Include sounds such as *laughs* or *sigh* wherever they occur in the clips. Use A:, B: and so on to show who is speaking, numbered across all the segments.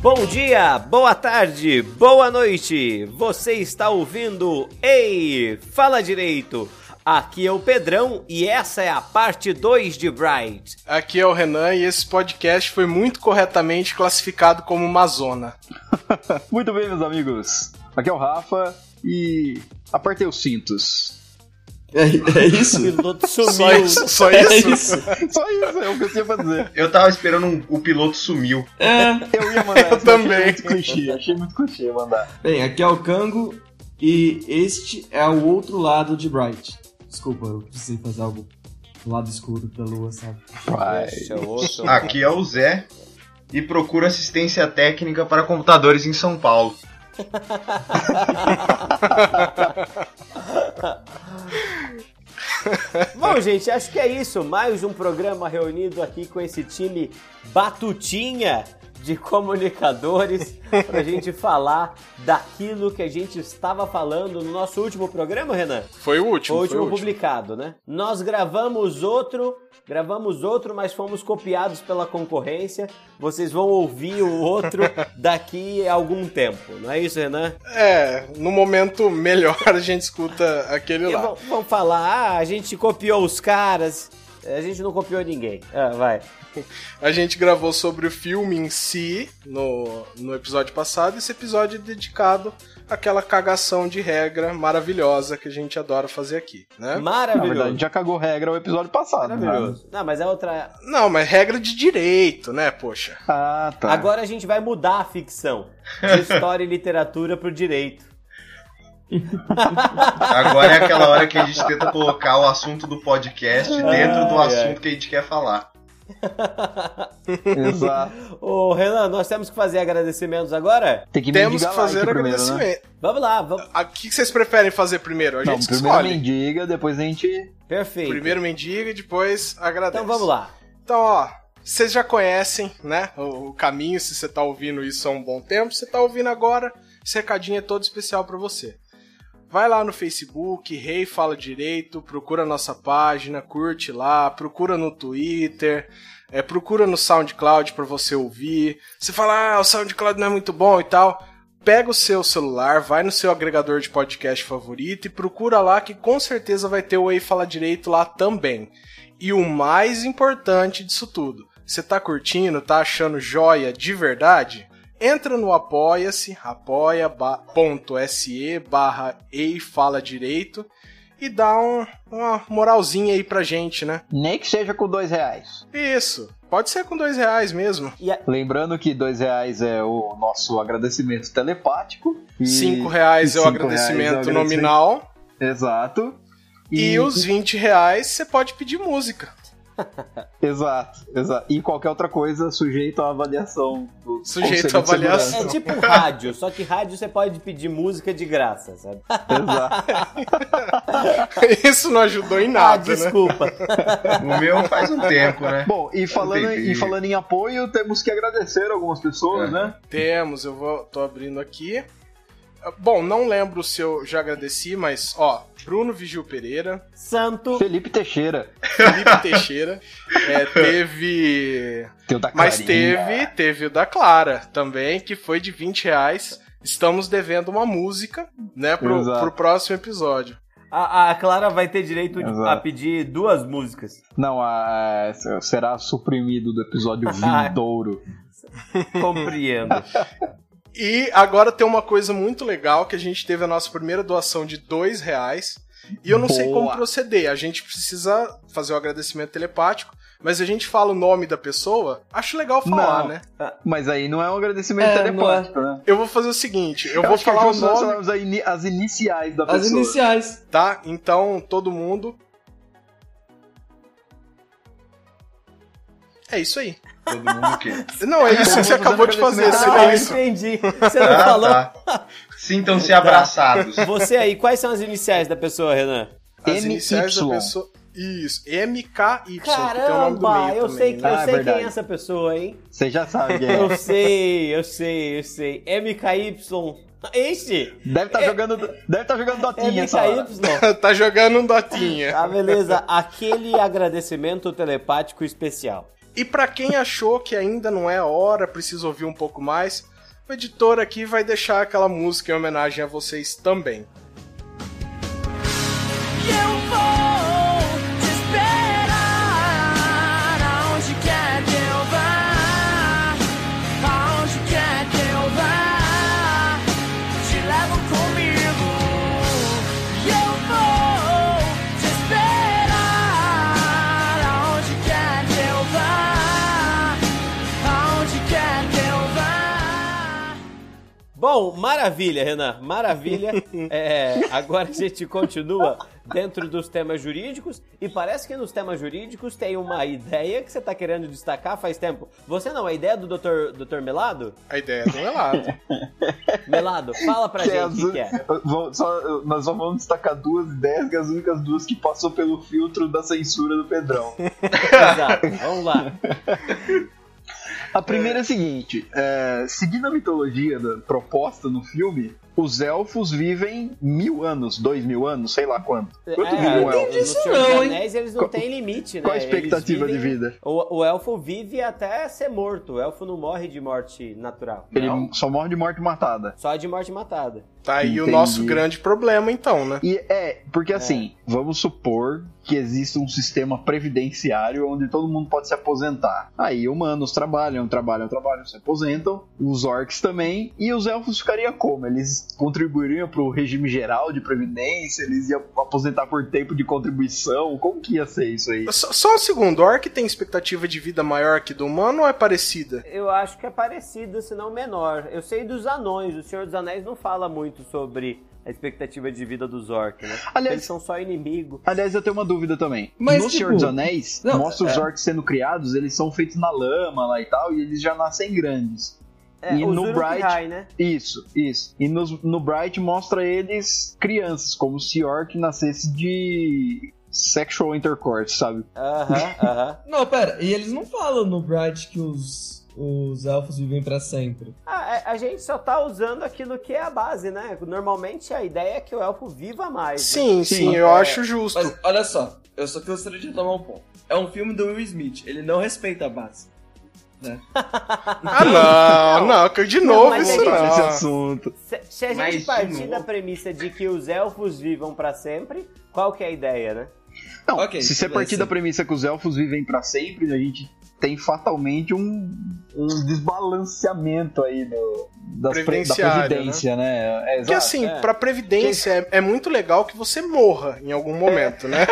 A: Bom dia, boa tarde, boa noite. Você está ouvindo Ei, fala direito. Aqui é o Pedrão e essa é a parte 2 de Bright.
B: Aqui é o Renan e esse podcast foi muito corretamente classificado como uma zona.
C: Muito bem, meus amigos. Aqui é o Rafa e apertei os cintos. *laughs*
D: É, é isso?
A: piloto
B: Só isso, só isso.
C: Só isso é o que eu tinha pra dizer.
E: É Eu tava esperando um- o piloto sumiu.
D: É.
C: Eu ia mandar.
B: Eu
C: essa, achei
B: *laughs* também.
C: Muito clichê, achei muito clichê mandar.
D: Bem, aqui é o Cango e este é o outro lado de Bright. Desculpa, eu precisei fazer algo do lado escuro da lua, sabe?
C: Vai.
E: Aqui é o Zé e procura assistência técnica para computadores em São Paulo.
A: *laughs* Bom, gente, acho que é isso. Mais um programa reunido aqui com esse time batutinha de *laughs* comunicadores pra gente falar daquilo que a gente estava falando no nosso último programa, Renan?
B: Foi o último,
A: Foi o último
B: foi o último.
A: publicado, né? Nós gravamos outro, gravamos outro, mas fomos copiados pela concorrência. Vocês vão ouvir o *laughs* outro daqui a algum tempo, não é isso, Renan?
B: É, no momento melhor a gente escuta aquele
A: E
B: lá.
A: vão, vão falar, ah, a gente copiou os caras, a gente não copiou ninguém. Ah, vai.
B: A gente gravou sobre o filme em si no, no episódio passado. Esse episódio é dedicado àquela cagação de regra maravilhosa que a gente adora fazer aqui,
A: Hum.
B: né?
C: Na
A: Maravilhoso.
C: verdade, já cagou regra o episódio passado. né?
A: Maravilhoso. Não, mas é outra.
B: Não, mas regra de direito, né, poxa?
C: Ah, tá.
A: Agora a gente vai mudar a ficção
B: *laughs*
A: de história e literatura pro direito.
E: Agora é aquela hora que a gente tenta colocar o assunto do podcast dentro do
A: Ah, Ai,
E: assunto que a gente quer falar.
C: Exato.
A: Ô, Renan, nós temos que fazer agradecimentos agora?
C: Tem que
B: Temos
C: mendigar
B: que fazer
C: like primeiro,
B: agradecimento.
C: né?
A: Vamos lá, vamos.
B: Ah, O que que vocês preferem fazer primeiro? A
C: Não,
B: gente
C: primeiro
B: escolhe.
C: mendiga, depois a gente.
A: Perfeito.
B: Primeiro mendiga e depois agradece.
A: Então vamos lá.
B: Então, ó, vocês já conhecem, né, o, o caminho, se você tá ouvindo isso há um bom tempo, se você tá ouvindo agora, esse recadinho é todo especial pra você. Vai lá no Facebook, Rei Fala Direito, procura a nossa página, curte lá, procura no Twitter, é, procura no SoundCloud pra você ouvir. Você fala, ah, o SoundCloud não é muito bom e tal. Pega o seu celular, vai no seu agregador de podcast favorito e procura lá que com certeza vai ter o Ei Fala Direito lá também. E o mais importante disso tudo, você tá curtindo, tá achando joia de verdade? Entra no apoia-se, apoia.se barra ei fala direito e dá um- uma moralzinha aí pra gente, né?
C: Nem que seja com dois reais.
B: Isso, pode ser com dois reais mesmo.
C: Lembrando que dois reais é o nosso agradecimento telepático. E...
B: Cinco reais
C: e
B: é o
C: cinco reais é o
B: agradecimento
C: agradecimento.
B: nominal
C: Exato.
B: e... os 20 reais você pode pedir música. *laughs*
C: Exato, exato. E qualquer outra coisa sujeito à avaliação do
B: Sujeito
C: Conselho
B: à
C: de Segurança.
A: É tipo rádio, só que rádio você pode pedir música de graça, sabe?
E: *laughs*
C: Exato.
B: Isso não ajudou em
A: ah,
B: nada, né?
A: desculpa.
E: O meu faz um tempo, né?
C: Bom, e falando,
E: Entendi.
C: e falando em apoio, temos que agradecer algumas pessoas,
E: É.
C: né?
B: Temos, eu vou, tô abrindo aqui. Ah, Bom, não lembro se eu já agradeci, mas ó, Bruno Vigil Pereira,
A: Santo.
C: Felipe Teixeira, *laughs*
B: Felipe Teixeira, é, teve.
C: teu da
B: Mas
C: Clarinha.
B: teve, teve o da Clara também, que foi de 20 reais. Estamos devendo uma música, né, pro,
C: Exato.
B: pro próximo episódio.
A: A, a Clara vai ter direito de-
C: Exato.
A: a pedir duas músicas.
C: Não, a- será suprimido do
B: *laughs*
C: episódio vindouro.
A: Compreendo.
B: E agora tem uma coisa muito legal que a gente teve a nossa primeira doação de dois reais. E eu não sei
C: Boa.
B: como proceder. A gente precisa fazer o agradecimento telepático, mas a gente fala o nome da pessoa. Acho legal falar,
C: Não.
B: né?
C: Mas aí não é um agradecimento
D: É,
C: telepático, né?
B: Eu vou fazer o seguinte, eu,
C: Eu
B: vou
C: acho que é
B: falar o
C: justo nós
B: nome,
C: falarmos a ini- as iniciais da
D: As
C: pessoa.
D: iniciais.
B: tá? Então, todo mundo. É isso aí.
E: Todo mundo o quê?
B: *laughs* Não, é isso que você
C: Eu vou
B: acabou de
C: fazer
B: fazer.
C: agradecimento.
B: Silêncio.
A: Ah, entendi. Você não falou.
E: Ah, tá. Sintam-se abraçados.
A: Você aí, quais são as iniciais da pessoa, Renan?
B: As
C: MY.
B: iniciais da pessoa. Isso, MKY, que tem o nome do
A: Caramba,
B: meio
A: eu sei,
B: também,
A: que,
B: né?
A: eu
C: Ah, é
A: sei quem
C: verdade.
A: é essa pessoa, hein?
C: Você já
B: Tá,
A: *laughs*
C: sabe quem é.
A: Eu sei, eu sei, eu sei. MKY. Este?
C: Deve estar jogando, deve tá jogando dotinha essa hora.
A: MKY.
B: *laughs* tá jogando um dotinha.
A: Tá, beleza. Aquele agradecimento telepático especial.
B: E pra quem achou que ainda não é a hora, precisa ouvir um pouco mais, O editor aqui vai deixar aquela música em homenagem a vocês também.
F: Eu vou te esperar aonde quer que eu vá, aonde quer que eu vá, te levo comigo. E eu vou te esperar aonde quer que eu vá, aonde quer que eu vá.
A: Bom, maravilha, Renan,
B: *laughs*
A: maravilha. É, agora a gente continua dentro dos temas jurídicos e parece que nos temas jurídicos tem uma ideia que você está querendo destacar faz tempo. Você não, a ideia do Dr. Dr. Melado?
B: A ideia é do Melado.
A: Melado, fala pra
C: Que é
A: gente
C: as
A: o que que é.
C: Vamos- só- nós só vamos destacar duas ideias, que é as únicas duas que passou pelo filtro da censura do Pedrão.
A: *laughs* Exato, vamos lá.
C: A primeira é a seguinte: é, seguindo a mitologia da- proposta no filme, os elfos vivem mil anos, dois mil anos, sei lá quanto. Quanto
A: É,
C: vive um
A: no Senhor
C: elfo?
A: dos
D: não, hein?
A: Anéis, eles não
C: Qual-
A: têm limite, né?
C: Qual a
A: Eles
C: expectativa de
A: vivem-
C: vida?
A: O, o elfo vive até ser morto. O elfo não morre de morte natural.
C: Ele
E: Não.
C: só morre de morte matada.
A: Só de morte matada.
B: Tá aí o
C: Entendi.
B: nosso grande problema, então, né?
C: E é, porque assim, vamos supor que exista um sistema previdenciário onde todo mundo pode se aposentar. Aí humanos trabalham, trabalham, trabalham, se aposentam, os orcs também, e os elfos ficariam como? Eles contribuiriam pro regime geral de previdência, eles iam aposentar por tempo de contribuição, como que ia ser isso aí?
B: Só, só um segundo, o Orc tem expectativa de vida maior que do humano ou é parecida?
A: Eu acho que é parecido, se não menor. Eu sei dos anões. O Senhor dos Anéis não fala muito sobre a expectativa de vida dos orcs, né?
C: Aliás-
A: Eles são só inimigo.
C: Aliás, eu tenho uma dúvida também.
D: Mas,
C: no
D: tipo,
C: Senhor dos Anéis,
D: não,
C: mostra os
D: é.
C: orcs sendo criados, eles são feitos na lama lá e tal, e eles já nascem grandes.
A: É,
C: E
A: os
C: no
A: Uruk-hai,
C: Bright-
A: né?
C: Isso, isso. E nos- no Bright mostra eles crianças, como se Orc nascesse de sexual intercourse, sabe?
A: Aham, aham.
D: Não, pera, e eles não falam no Bright que os, os elfos vivem pra sempre.
A: Ah, é- a, gente só tá usando aquilo que é a base, né? Normalmente a ideia é que o elfo viva mais. né?
B: Sim, sim,
C: Sim,
B: eu
D: é.
B: acho justo.
D: Mas olha só, eu só gostaria de tomar um ponto. É um filme do Will Smith, ele não respeita a base.
B: Ah, não, não, que de
A: Não,
B: novo
A: mas
B: isso
A: é que-
C: Esse
B: não.
C: assunto.
A: Se, se a gente
E: Mas, de
A: partir
E: novo.
A: da premissa de que os elfos vivam pra sempre, qual que é a ideia, né?
C: Não,
D: Ok,
C: se você
D: beleza.
C: partir da premissa que os elfos vivem pra sempre, a gente tem fatalmente um, um desbalanceamento aí do, das pre- da
B: Previdenciário,
C: previdência, né? É,
B: Porque
C: exato.
B: assim,
A: é.
B: pra Previdência é, é muito legal que você morra em algum momento, né?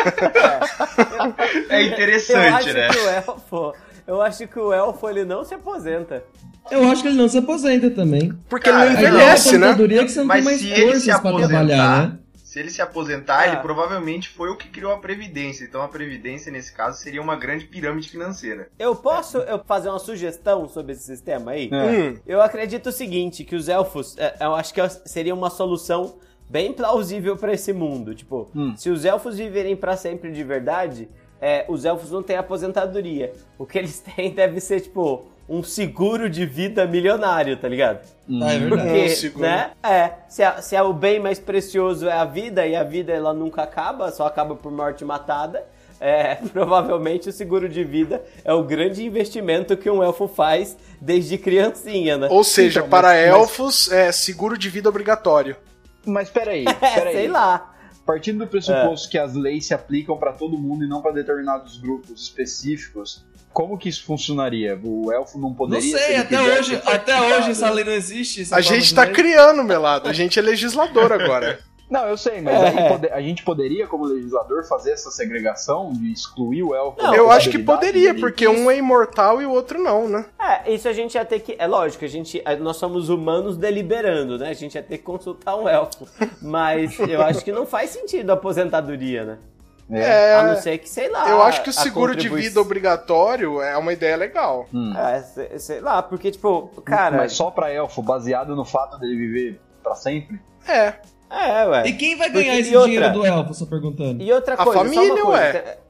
E: É
A: Eu acho
E: interessante, né?
A: que o elfo, eu acho que o elfo ele não se aposenta.
G: Eu acho que ele não se aposenta também.
B: Porque
E: Cara,
B: ele não
G: Aí dá uma
B: envelhece, né?
G: aposentadoria é que você não
E: Mas
G: tem mais
E: se ele se
G: forças pra trabalhar,
E: aposentar,
G: né?
E: se ele se aposentar,
A: Ah.
E: ele provavelmente foi o que criou a previdência. Então a previdência nesse caso seria uma grande pirâmide financeira.
A: Eu posso eu fazer uma sugestão sobre esse sistema aí?
B: Hum,
A: Eu acredito o seguinte, que os elfos, é, eu acho que seria uma solução bem plausível pra esse mundo. Tipo,
C: Hum.
A: se os elfos viverem pra sempre de verdade, é, os elfos não têm aposentadoria. O que eles *laughs* têm deve ser tipo um seguro de vida milionário, tá ligado?
D: Ah, é verdade.
A: Porque,
B: Um segundo.
A: né? É, se, a- se é o bem mais precioso é a vida e a vida ela nunca acaba, só acaba por morte matada. É, *laughs* provavelmente o seguro de vida é o grande investimento que um elfo faz desde criancinha, né?
B: Ou seja,
C: Então, mas-
B: para
C: mas-
B: elfos é seguro de vida obrigatório.
C: Mas peraí,
A: É,
C: peraí.
A: sei lá.
C: Partindo do pressuposto que as leis se aplicam pra todo mundo e não pra determinados grupos específicos, como que isso funcionaria? O elfo não
D: Não
C: poderia. se
D: sei,
C: ele
D: até
C: quisesse,
D: hoje,
C: ser
D: até
C: criado?
D: hoje essa lei não existe. essa
B: A
D: forma
B: gente
D: de
B: tá
D: lei.
B: criando, Melado. A gente é legislador
A: *laughs*
B: agora.
C: Não, eu sei, mas
A: É.
C: aí pode- a gente poderia, como legislador, fazer essa segregação de excluir o elfo?
A: Não,
C: da
B: Eu acho que
C: possibilidade
B: poderia,
C: de-
B: porque um é imortal e o outro não, né?
A: É, isso a gente ia ter que. É lógico, a gente, a- nós somos humanos deliberando, né? A gente ia ter que consultar um elfo. Mas eu acho que não faz sentido a aposentadoria, né?
C: É.
A: A não ser que, sei lá.
B: Eu acho que o
A: a
B: seguro de
A: contribui-
B: vida obrigatório é uma ideia legal.
C: Hum.
A: É, se- sei lá, porque, tipo, cara.
C: Mas só pra elfo, baseado no fato dele viver pra sempre?
B: É.
A: É, ué.
G: E quem vai
A: Porque-
G: ganhar esse
A: e outra?
G: dinheiro do elfo, só perguntando?
A: E outra
B: A
A: coisa, só
B: família,
A: uma coisa.
B: ué.
A: tem-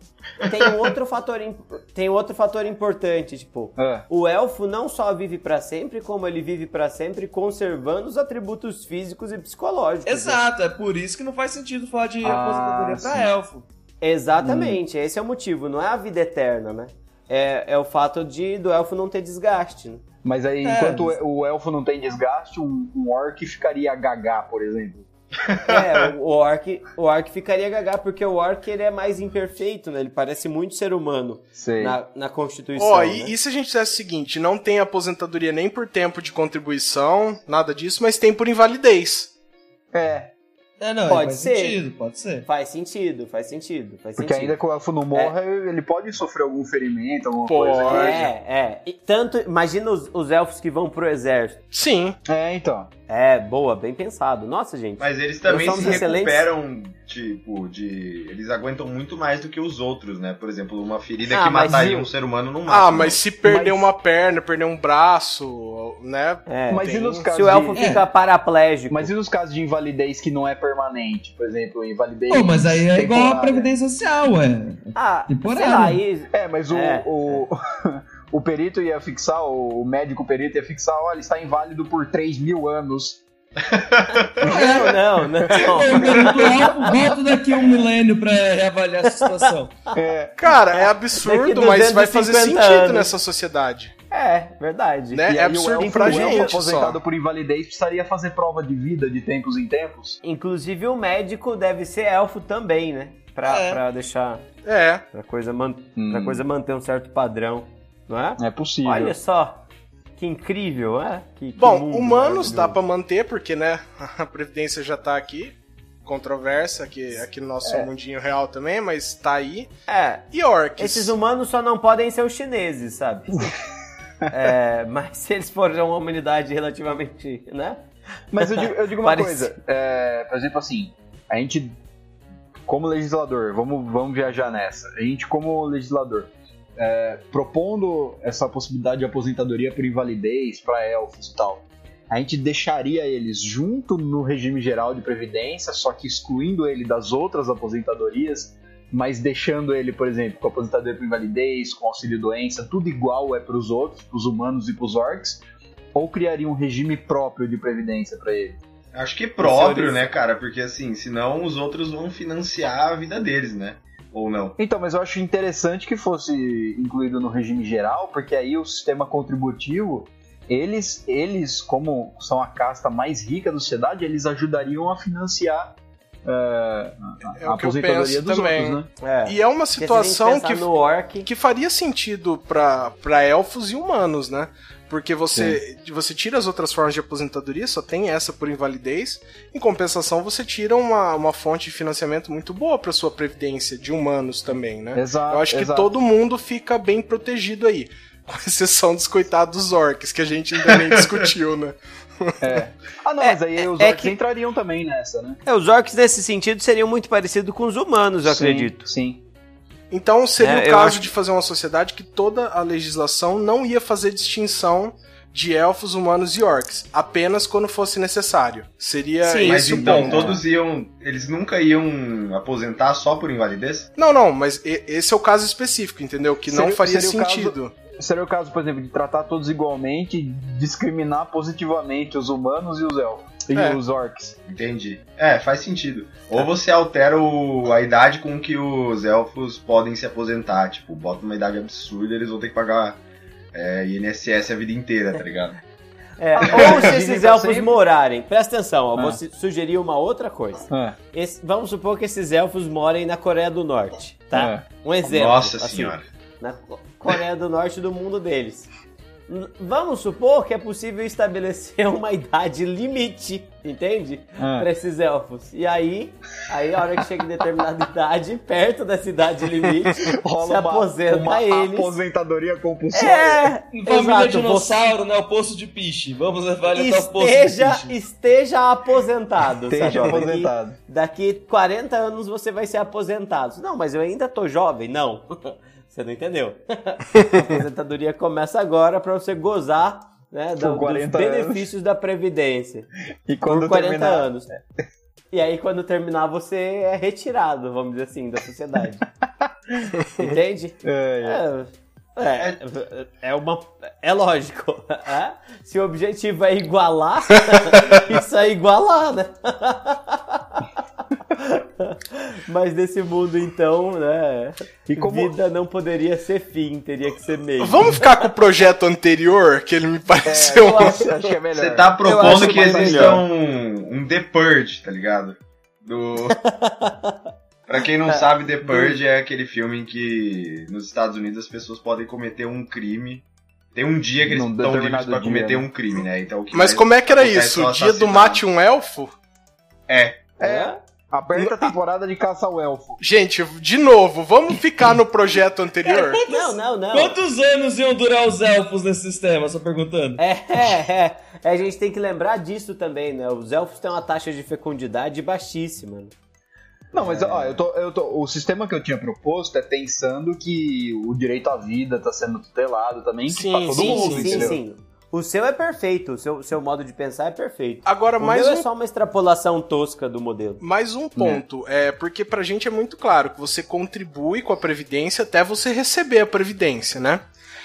A: Tem um outro fator im- tem outro fator importante, tipo,
C: É.
A: o elfo não só vive pra sempre, como ele vive pra sempre conservando os atributos físicos e psicológicos. né?
D: Exato, é por isso que não faz sentido falar de
C: Ah,
D: aposentadoria pra
C: sim.
D: elfo.
A: Exatamente, esse é o motivo, não é a vida eterna, né? é, é o fato de do elfo não ter desgaste. né?
C: Mas aí,
G: É,
C: enquanto
G: mas-
C: o elfo não tem desgaste, um, um orc ficaria gaga, por exemplo.
A: É, o, o orc, o orc ficaria gaga, porque o orc ele é mais imperfeito, né? Ele parece muito ser humano
C: Sei.
A: na, na constituição.
B: Ó,
A: né?
B: e, e se a gente fizesse o seguinte, não tem aposentadoria nem por tempo de contribuição, nada disso, mas tem por invalidez.
C: É,
G: É, não,
A: Pode
G: faz
A: ser.
G: sentido, pode ser.
A: Faz sentido, faz sentido, faz
C: porque
A: sentido.
C: ainda que o elfo não morra, ele pode sofrer algum ferimento, alguma
B: Pode.
C: coisa. assim.
A: É, é. E tanto, imagina os, os elfos que vão pro exército.
B: Sim.
C: É, então.
A: É, boa, bem pensado. Nossa, gente.
E: Mas eles também
A: Nós
E: se
A: somos excelentes.
E: recuperam, tipo, de. Eles aguentam muito mais do que os outros, né? Por exemplo, uma ferida
A: Ah,
E: que
A: mas
E: mataria
A: e-
E: um ser humano não mata.
B: Ah, mas se perder
C: Mas-
B: uma perna, perder um braço, né?
A: É.
C: mas e
B: tem-
C: nos casos
A: Se o elfo
C: de...
G: É.
A: fica paraplégico.
C: Mas e nos casos de invalidez que não é permanente? Por exemplo, invalidez.
G: Pô, mas aí é igual a
C: temporária.
G: Previdência Social, ué.
A: Ah, sei
G: Temporário.
A: lá, aí.
C: É, mas o,
A: É,
C: o, *laughs* o perito ia fixar, o médico perito ia fixar, olha, está inválido por 3 mil anos.
A: Não, não,
G: Eu *laughs*
A: não.
G: pergunto pro Elfo, volto daqui um milênio pra reavaliar a *laughs* situação.
B: Cara, é
A: Daqui
B: absurdo, mas vai fazer
A: 250
B: sentido
A: anos.
B: nessa sociedade.
A: É, verdade.
B: Né? É
C: aí
B: absurdo
C: o elfo,
B: pra
C: o elfo
B: gente
C: aposentado
B: só.
C: por invalidez precisaria fazer prova de vida de tempos em tempos.
A: Inclusive o médico deve ser elfo também, né? Pra,
G: É.
A: pra deixar
B: É.
A: pra coisa, man-
C: Hum.
A: pra coisa manter um certo padrão, não é?
C: É possível.
A: Olha só, que incrível, é? Que, que
B: Bom,
A: mundo
B: humanos dá
A: maravilhoso.
B: pra manter, porque, né, *laughs* a Previdência já tá aqui, controversa, aqui, aqui no nosso mundinho real também, mas tá aí.
A: É,
B: E orcs?
A: Esses humanos só não podem ser os chineses, *laughs* sabe? É, mas se eles forem uma humanidade relativamente, né?
C: Mas eu digo, eu digo uma
A: Parece-
C: coisa. É, por exemplo, assim, a gente, como legislador, vamos, vamos viajar nessa. A gente, como legislador, é, propondo essa possibilidade de aposentadoria por invalidez para elfos e tal, a gente deixaria eles junto no regime geral de previdência, só que excluindo ele das outras aposentadorias. Mas deixando ele, por exemplo, com aposentadoria por invalidez, com auxílio-doença, tudo igual é para os outros, para os humanos e para os orcs, ou criaria um regime próprio de previdência para ele?
E: Acho que próprio,
A: Senhores-
E: né, cara? Porque assim, senão os outros vão financiar a vida deles, né? Ou não.
C: Então, mas eu acho interessante que fosse incluído no regime geral, porque aí o sistema contributivo, eles, eles como são a casta mais rica da sociedade, eles ajudariam a financiar eh, a,
B: É
C: a
B: o que eu
C: aposentadoria
B: penso
C: dos
B: também.
C: outros, né?
A: É.
B: E é uma
A: Porque se a gente
B: situação
A: pensar
B: que,
A: no orc,
B: que faria sentido pra pra elfos e humanos, né? Porque você, você tira as outras formas de aposentadoria, só tem essa por invalidez. Em compensação, você tira uma, uma fonte de financiamento muito boa pra sua previdência, de humanos também, né?
C: Exato.
B: Eu acho que
C: exato.
B: todo mundo fica bem protegido aí. *laughs* Com exceção dos coitados orcs, que a gente ainda nem discutiu, né?
C: Ah, não,
A: É,
C: mas aí os
A: é
C: orcs
A: que-
C: entrariam também nessa, né?
A: é, os orcs nesse sentido seriam muito parecidos com os humanos, eu
C: Sim,
A: acredito.
C: Sim.
B: Então seria
A: É,
B: o
A: eu
B: caso
A: acho-
B: de fazer uma sociedade que toda a legislação não ia fazer distinção de elfos, humanos e orcs, apenas quando fosse necessário. Seria
A: Sim,
E: Mas
B: esse o
E: então,
B: ponto.
E: todos
A: é.
E: iam. Eles nunca iam aposentar só por invalidez?
B: Não, não, mas e- esse é o caso específico, entendeu? Que não
C: Seria-
B: faria
C: seria o caso-
B: sentido.
C: Seria o caso, por exemplo, de tratar todos igualmente, discriminar positivamente os humanos e os elfos. E
B: É.
C: os orcs.
E: Entendi. É, faz sentido. Ou você altera o- a idade com que os elfos podem se aposentar. Tipo, bota uma idade absurda eles vão ter que pagar é, INSS a vida inteira, tá ligado?
A: É,
C: Ah,
A: ou se esses
C: pra
A: elfos
C: sempre.
A: morarem, presta atenção, eu vou
C: Ah.
A: su- sugerir uma outra coisa.
C: É,
A: Esse- vamos supor que esses elfos morem na Coreia do Norte, tá?
C: é.
A: Um exemplo.
E: Nossa
A: assim,
E: senhora.
A: na Co- Coreia do Norte do mundo deles. N- Vamos supor que é possível estabelecer *laughs* uma idade limite, entende?
C: é.
A: Para esses elfos. E aí, aí a hora que chega em determinada idade, perto dessa idade limite,
C: *laughs*
A: se aposenta eles.
C: aposentadoria compulsória.
A: É,
G: Família
A: exato,
G: dinossauro, né? O poço de piche. Vamos
C: tá
G: avaliar o poço de
A: Esteja,
G: piche.
A: esteja aposentado. sabe?
C: Esteja
A: Ó,
C: aposentado.
A: Daqui, daqui 40 anos você vai ser aposentado. Não, mas eu ainda tô jovem. Não. *laughs* Você não entendeu. *laughs* A aposentadoria começa agora para você gozar né, do-
C: Com 40
A: dos
C: anos.
A: benefícios da Previdência.
C: E quando
A: por 40
C: terminar, É.
A: anos. E aí, quando terminar, você é retirado, vamos dizer assim, da
C: *laughs*
A: sociedade. Entende?
C: É, é.
A: É, é, é uma. É lógico. *laughs* é? Se o objetivo é *laughs* igualar, isso é igualar, né? *laughs* Mas nesse mundo, então, né?
C: E como-
A: Vida não poderia ser fim, teria que ser meio.
B: Vamos ficar com o projeto anterior, que ele me pareceu um.
C: É, acho, acho que é melhor.
E: Você tá
A: Eu acho
E: propondo que
A: mais
E: exista
A: melhor.
E: um, um The Purge, tá ligado?
A: *laughs*
E: Do. pra quem
A: É.
E: não sabe, The Purge é aquele filme em que nos Estados Unidos as pessoas podem cometer um crime. Tem um dia que eles
C: Num
E: estão livres
C: determinado
E: pra
C: dia,
E: cometer
C: né?
E: um crime, né? Então, o que
B: Mas
E: mais-
B: como é que era
E: acontece
B: isso?
E: um
B: O dia do
E: assassinato.
B: mate um elfo?
E: É,
A: É?
C: Aperta a temporada de caça ao elfo.
B: Gente, de novo, vamos ficar no projeto anterior?
A: Não, não, não.
G: Quantos anos iam durar os elfos nesse sistema? Só perguntando.
A: É, é, é. É, A gente tem que lembrar disso também, né? Os elfos têm uma taxa de fecundidade baixíssima. né?
C: Não, mas ó, eu tô, eu tô, o sistema que eu tinha proposto é pensando que o direito à vida tá sendo tutelado também que
B: Sim,
C: pra todo
B: sim,
C: mundo,
A: sim, sim,
C: entendeu?
A: sim. O seu é perfeito, o seu, seu modo de pensar é perfeito.
B: Agora,
A: O
B: mais
A: meu
B: um
A: é só uma extrapolação tosca do modelo.
B: Mais um ponto, é porque pra gente é muito claro que você contribui com a previdência até você receber a previdência, né?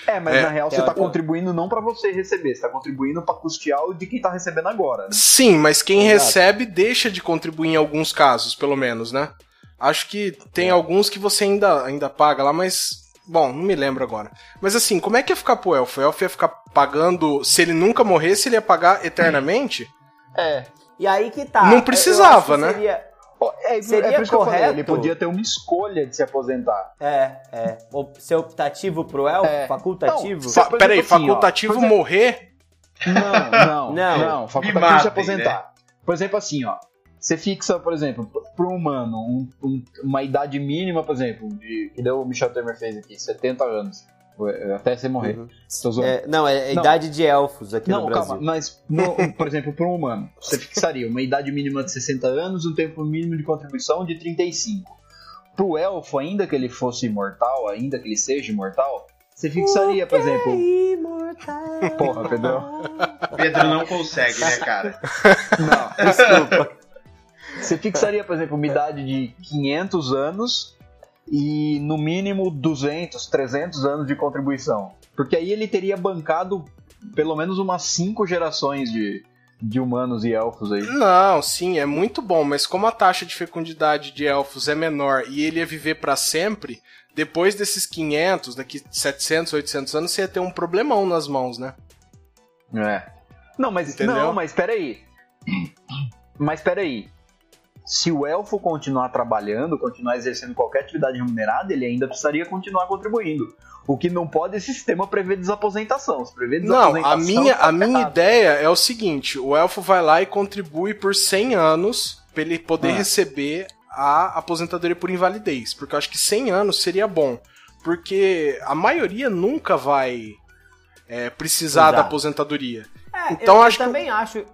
C: É, mas
B: É.
C: na real você
A: É,
C: tá
A: eu-
C: contribuindo não pra você receber, você tá contribuindo pra custear o de quem tá recebendo agora. né?
B: Sim, mas quem
A: Exato.
B: recebe deixa de contribuir em alguns casos, pelo menos, né? Acho que tem alguns que você ainda, ainda paga lá, mas bom, não me lembro agora. Mas assim, como é que ia ficar pro elfo? O elfo ia ficar pagando, se ele nunca morresse, ele ia pagar eternamente?
C: É.
A: E aí que tá.
B: Não
A: Eu- eu acho que
B: precisava, né?
A: seria-
C: Ó, É, é
A: Seria
C: por isso que eu falei, ele
A: correto?
C: podia ter uma escolha de se aposentar.
A: É, é. O- Ser optativo pro elfo?
C: É.
A: Facultativo?
C: Não,
B: Fa-
C: por exemplo,
B: Peraí,
C: assim, ó,
B: facultativo
C: por exemplo-
B: morrer?
C: Não, não,
A: Não.
C: não. Facultativo
E: matem,
C: se aposentar. Por exemplo, assim, ó. Você fixa, por exemplo, para um humano, um- um- uma idade mínima, por exemplo, de, que deu o Michel Temer fez aqui, 70 anos. Até você morrer.
A: Uhum.
C: Tô zoando.
A: É, não, é a
C: Não.
A: idade de elfos aqui
C: Não,
A: no
C: calma,
A: Brasil.
C: mas, no- por exemplo, para um humano, você fixaria uma idade mínima de 60 anos, um tempo mínimo de contribuição de 35. Para o elfo, ainda que ele fosse imortal, ainda que ele seja imortal, você fixaria, por exemplo.
A: Imortal.
C: Porra, Pedro.
E: Pedro não consegue, né,
C: *laughs*
E: cara?
C: Não, desculpa. Você fixaria, por exemplo, uma idade de 500 anos e no mínimo 200, 300 anos de contribuição. Porque aí ele teria bancado pelo menos umas 5 gerações de, de humanos e elfos aí.
B: Não, sim, é muito bom, mas como a taxa de fecundidade de elfos é menor e ele ia viver pra sempre, depois desses 500, daqui 700, 800 anos, você ia ter um problemão nas mãos, né?
C: É. Não, mas
B: Entendeu?
C: não, mas peraí. Mas peraí. Se o elfo continuar trabalhando, continuar exercendo qualquer atividade remunerada, ele ainda precisaria continuar contribuindo. O que não pode é esse sistema prever desaposentação. Se prever
B: Não,
C: desaposentação
B: a minha,
C: tá
B: a minha
C: ferrado.
B: ideia é o seguinte: o elfo vai lá e contribui por 100 anos pra ele poder
C: Ah.
B: receber a aposentadoria por invalidez, porque eu acho que 100 anos seria bom, porque a maioria nunca vai é, precisar
A: Usar.
B: da aposentadoria.
A: É,
B: Então
A: eu,
B: acho que-
A: eu também acho.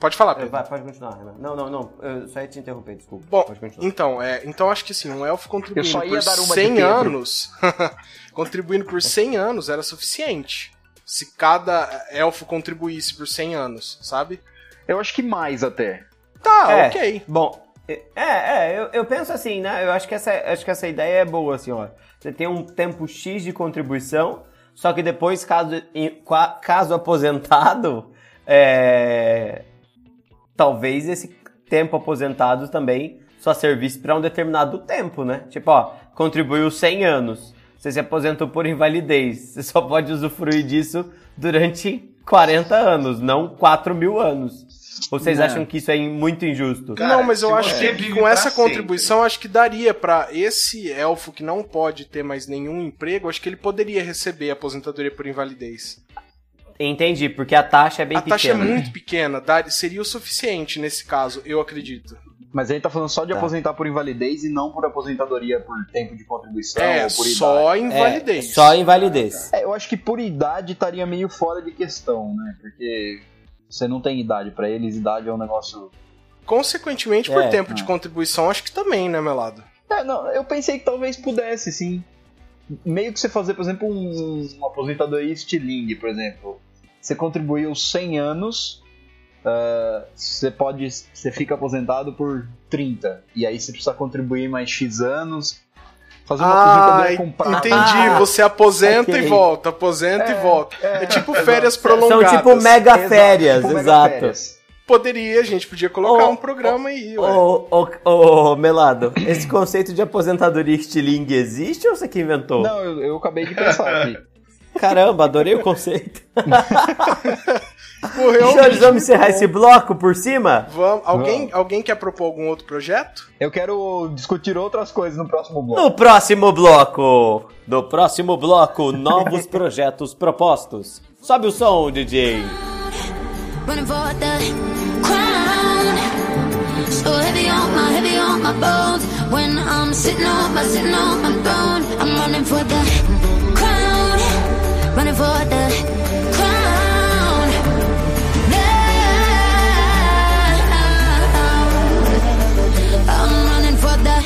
B: Pode falar,
A: É,
B: Pedro.
A: vai, pode continuar, Renan. Não, não, não. Eu só ia te interromper, desculpa.
B: Bom,
A: pode continuar.
B: Então, é, então acho que sim, um elfo contribuindo
C: Eu só ia
B: por
C: dar uma de
B: 100
C: Pedro.
B: anos, *laughs* contribuindo por 100 anos era suficiente. Se cada elfo contribuísse por 100 anos, sabe?
C: Eu acho que mais até.
B: Tá,
A: É.
B: ok.
A: Bom, é, é, eu, eu penso assim, né? Eu acho que, essa, acho que essa ideia é boa, assim, ó. Você tem um tempo X de contribuição, só que depois, caso, em- qua- caso aposentado, *laughs* é, talvez esse tempo aposentado também só servisse para um determinado tempo, né? Tipo, ó, contribuiu 100 anos, você se aposentou por invalidez, *laughs* você só pode usufruir disso durante 40 anos, não 4 mil anos. Ou vocês
C: Não.
A: acham que isso é in- muito injusto?
E: Cara,
B: não, mas eu
E: se
B: acho
E: você
B: que
E: vive
B: com
E: pra
B: essa
E: sempre.
B: contribuição, acho que daria pra esse elfo que não pode ter mais nenhum emprego, acho que ele poderia receber a aposentadoria por invalidez.
A: Entendi, porque a taxa é bem
B: a taxa
A: pequena.
B: é muito pequena, dar- seria o suficiente nesse caso, eu acredito.
C: Mas aí tá falando só de
A: Tá.
C: aposentar por invalidez e não por aposentadoria por tempo de contribuição
B: é,
C: ou por idade.
B: só
A: É,
B: invalidez.
A: só invalidez.
C: É, eu acho que por idade estaria meio fora de questão, né? Porque você não tem idade pra eles, idade é um negócio
B: Consequentemente, por
A: É,
B: tempo
C: é.
B: de contribuição, acho que também, né, Melado?
C: É, não, eu pensei que talvez pudesse, sim. Meio que você fazer, por exemplo, um, uma aposentadoria estilingue, por exemplo. Você contribuiu 100 anos, ah, você pode, você fica aposentado por 30. E aí você precisa contribuir mais X anos. Fazer uma aposentadoria com prazo.
B: entendi.
A: Ah,
B: Você aposenta
A: saquei.
B: e volta, aposenta e volta. É tipo férias prolongadas.
A: São tipo mega
C: Exato,
A: férias,
C: tipo mega
A: exato.
C: férias. Tipo,
B: Poderia, a gente podia colocar
A: Ô,
B: um programa aí, ué.
A: Ô, ô,
C: é.
A: ô, Melado, esse conceito de aposentadoria estilingue existe ou você que inventou?
C: Não, eu, eu acabei de *laughs* pensar aqui.
A: Caramba, adorei o conceito.
B: Porra, eu-
A: Senhores, vamos encerrar esse bloco por cima?
B: Vamos, alguém, alguém quer propor algum outro projeto?
C: Eu quero discutir outras coisas no próximo bloco.
A: No próximo bloco! No próximo bloco,
C: *laughs*
A: novos projetos propostos. Sobe o som, DJ!
H: running for the crown. So heavy on my, heavy on my bones. When I'm sitting on my, sitting on my throne, I'm running for the crown. Running for the crown. Now, I'm running for the.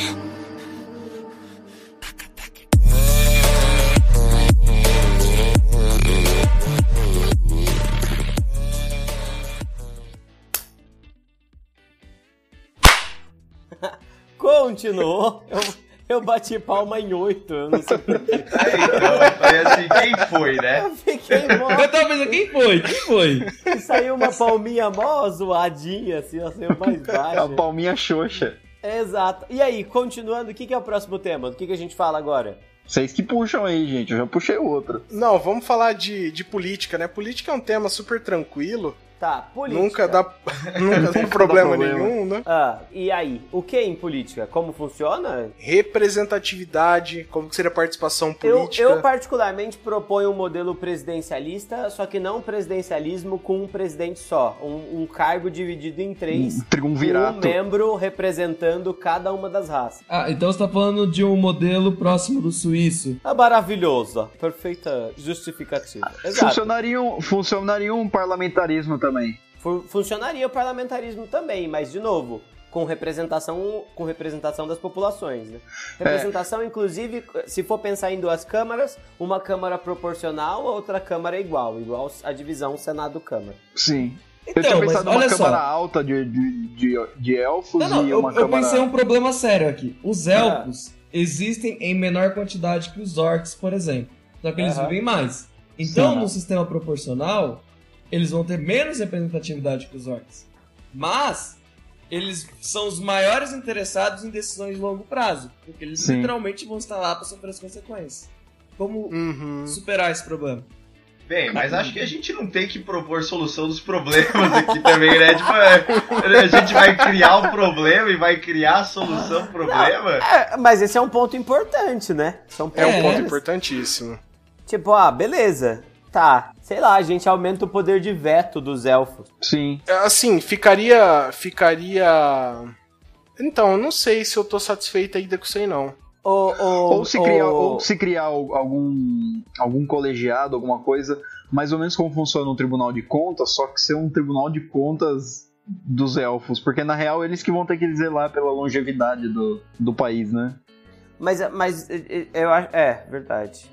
A: Continuou. Eu, eu bati palma em oito, eu não
C: *laughs*
A: sei porquê.
E: Então, eu falei assim, quem foi, né?
A: Eu fiquei mó...
G: Eu tava pensando, quem foi? Quem foi?
A: e Saiu uma palminha mó zoadinha, assim, ó, saiu
B: *laughs*
A: mais
C: é A
A: baixa.
C: palminha xoxa.
A: Exato. E aí, continuando, o que, que é o próximo tema? Do que, que a gente fala agora?
C: Vocês que puxam aí, gente. Eu já puxei outro.
B: Não, vamos falar de, de política, né? Política é um tema super tranquilo,
A: Tá, política.
B: nunca dá, nunca tem problema,
C: problema.
B: nenhum, né?
A: Ah, e aí, o que em política? Como funciona?
B: Representatividade, como que seria a participação
A: Eu,
B: política?
A: eu particularmente proponho um modelo presidencialista, só que não um presidencialismo com um presidente só. Um, um cargo dividido em três.
B: Hum,
C: Um
A: com
C: triunvirato.
A: Um membro representando cada uma das raças.
G: Ah, então você tá falando de um modelo próximo do suíço.
A: É maravilhoso. Perfeita justificativa. Exato.
C: Funcionaria um, funcionaria um parlamentarismo também.
A: Fu- Funcionaria o parlamentarismo também, mas de novo, com representação, com representação das populações, né? Representação, inclusive, se for pensar em duas câmaras, uma câmara proporcional, a outra câmara igual, igual a divisão Senado-Câmara.
C: Sim. eu tinha
G: Então, mas
C: pensado numa
G: olha
C: câmara
G: só.
C: alta de, de, de, de elfos
G: Não, não,
C: e
G: eu,
C: uma Ah.
G: eu
C: câmara...
G: pensei um problema sério aqui. Os elfos existem em menor quantidade que os orcs, por exemplo. Só que eles
A: Aham.
G: vivem mais. Então,
C: Sim.
G: no sistema proporcional, eles vão ter menos representatividade que os orcs. Mas, eles são os maiores interessados em decisões de longo prazo. Porque eles
C: Sim.
G: literalmente vão estar lá para sofrer as consequências. Como
B: Uhum.
G: superar esse problema?
E: Bem, mas acho que a gente não tem que propor solução dos problemas aqui também, né? Tipo, é, a gente vai criar o problema e vai criar a solução pro problema.
A: É, mas esse é um ponto importante, né? Esse é um ponto,
B: É um ponto
G: É.
B: importantíssimo.
A: Tipo, ah, beleza. Tá, sei lá, a gente aumenta o poder de veto dos elfos.
C: Sim.
B: Assim, ficaria. Ficaria. Então, eu não sei se eu tô satisfeito ainda com isso aí,
G: *laughs*
B: não.
A: Ou, ou, um
C: Ou se criar, ou se criar al- algum, algum colegiado, alguma coisa, mais ou menos como funciona um tribunal de contas, só que ser um tribunal de contas dos elfos, porque na real eles que vão ter que dizer lá pela longevidade do, do país, né?
A: Mas, mas eh, eh, eu acho. É, verdade.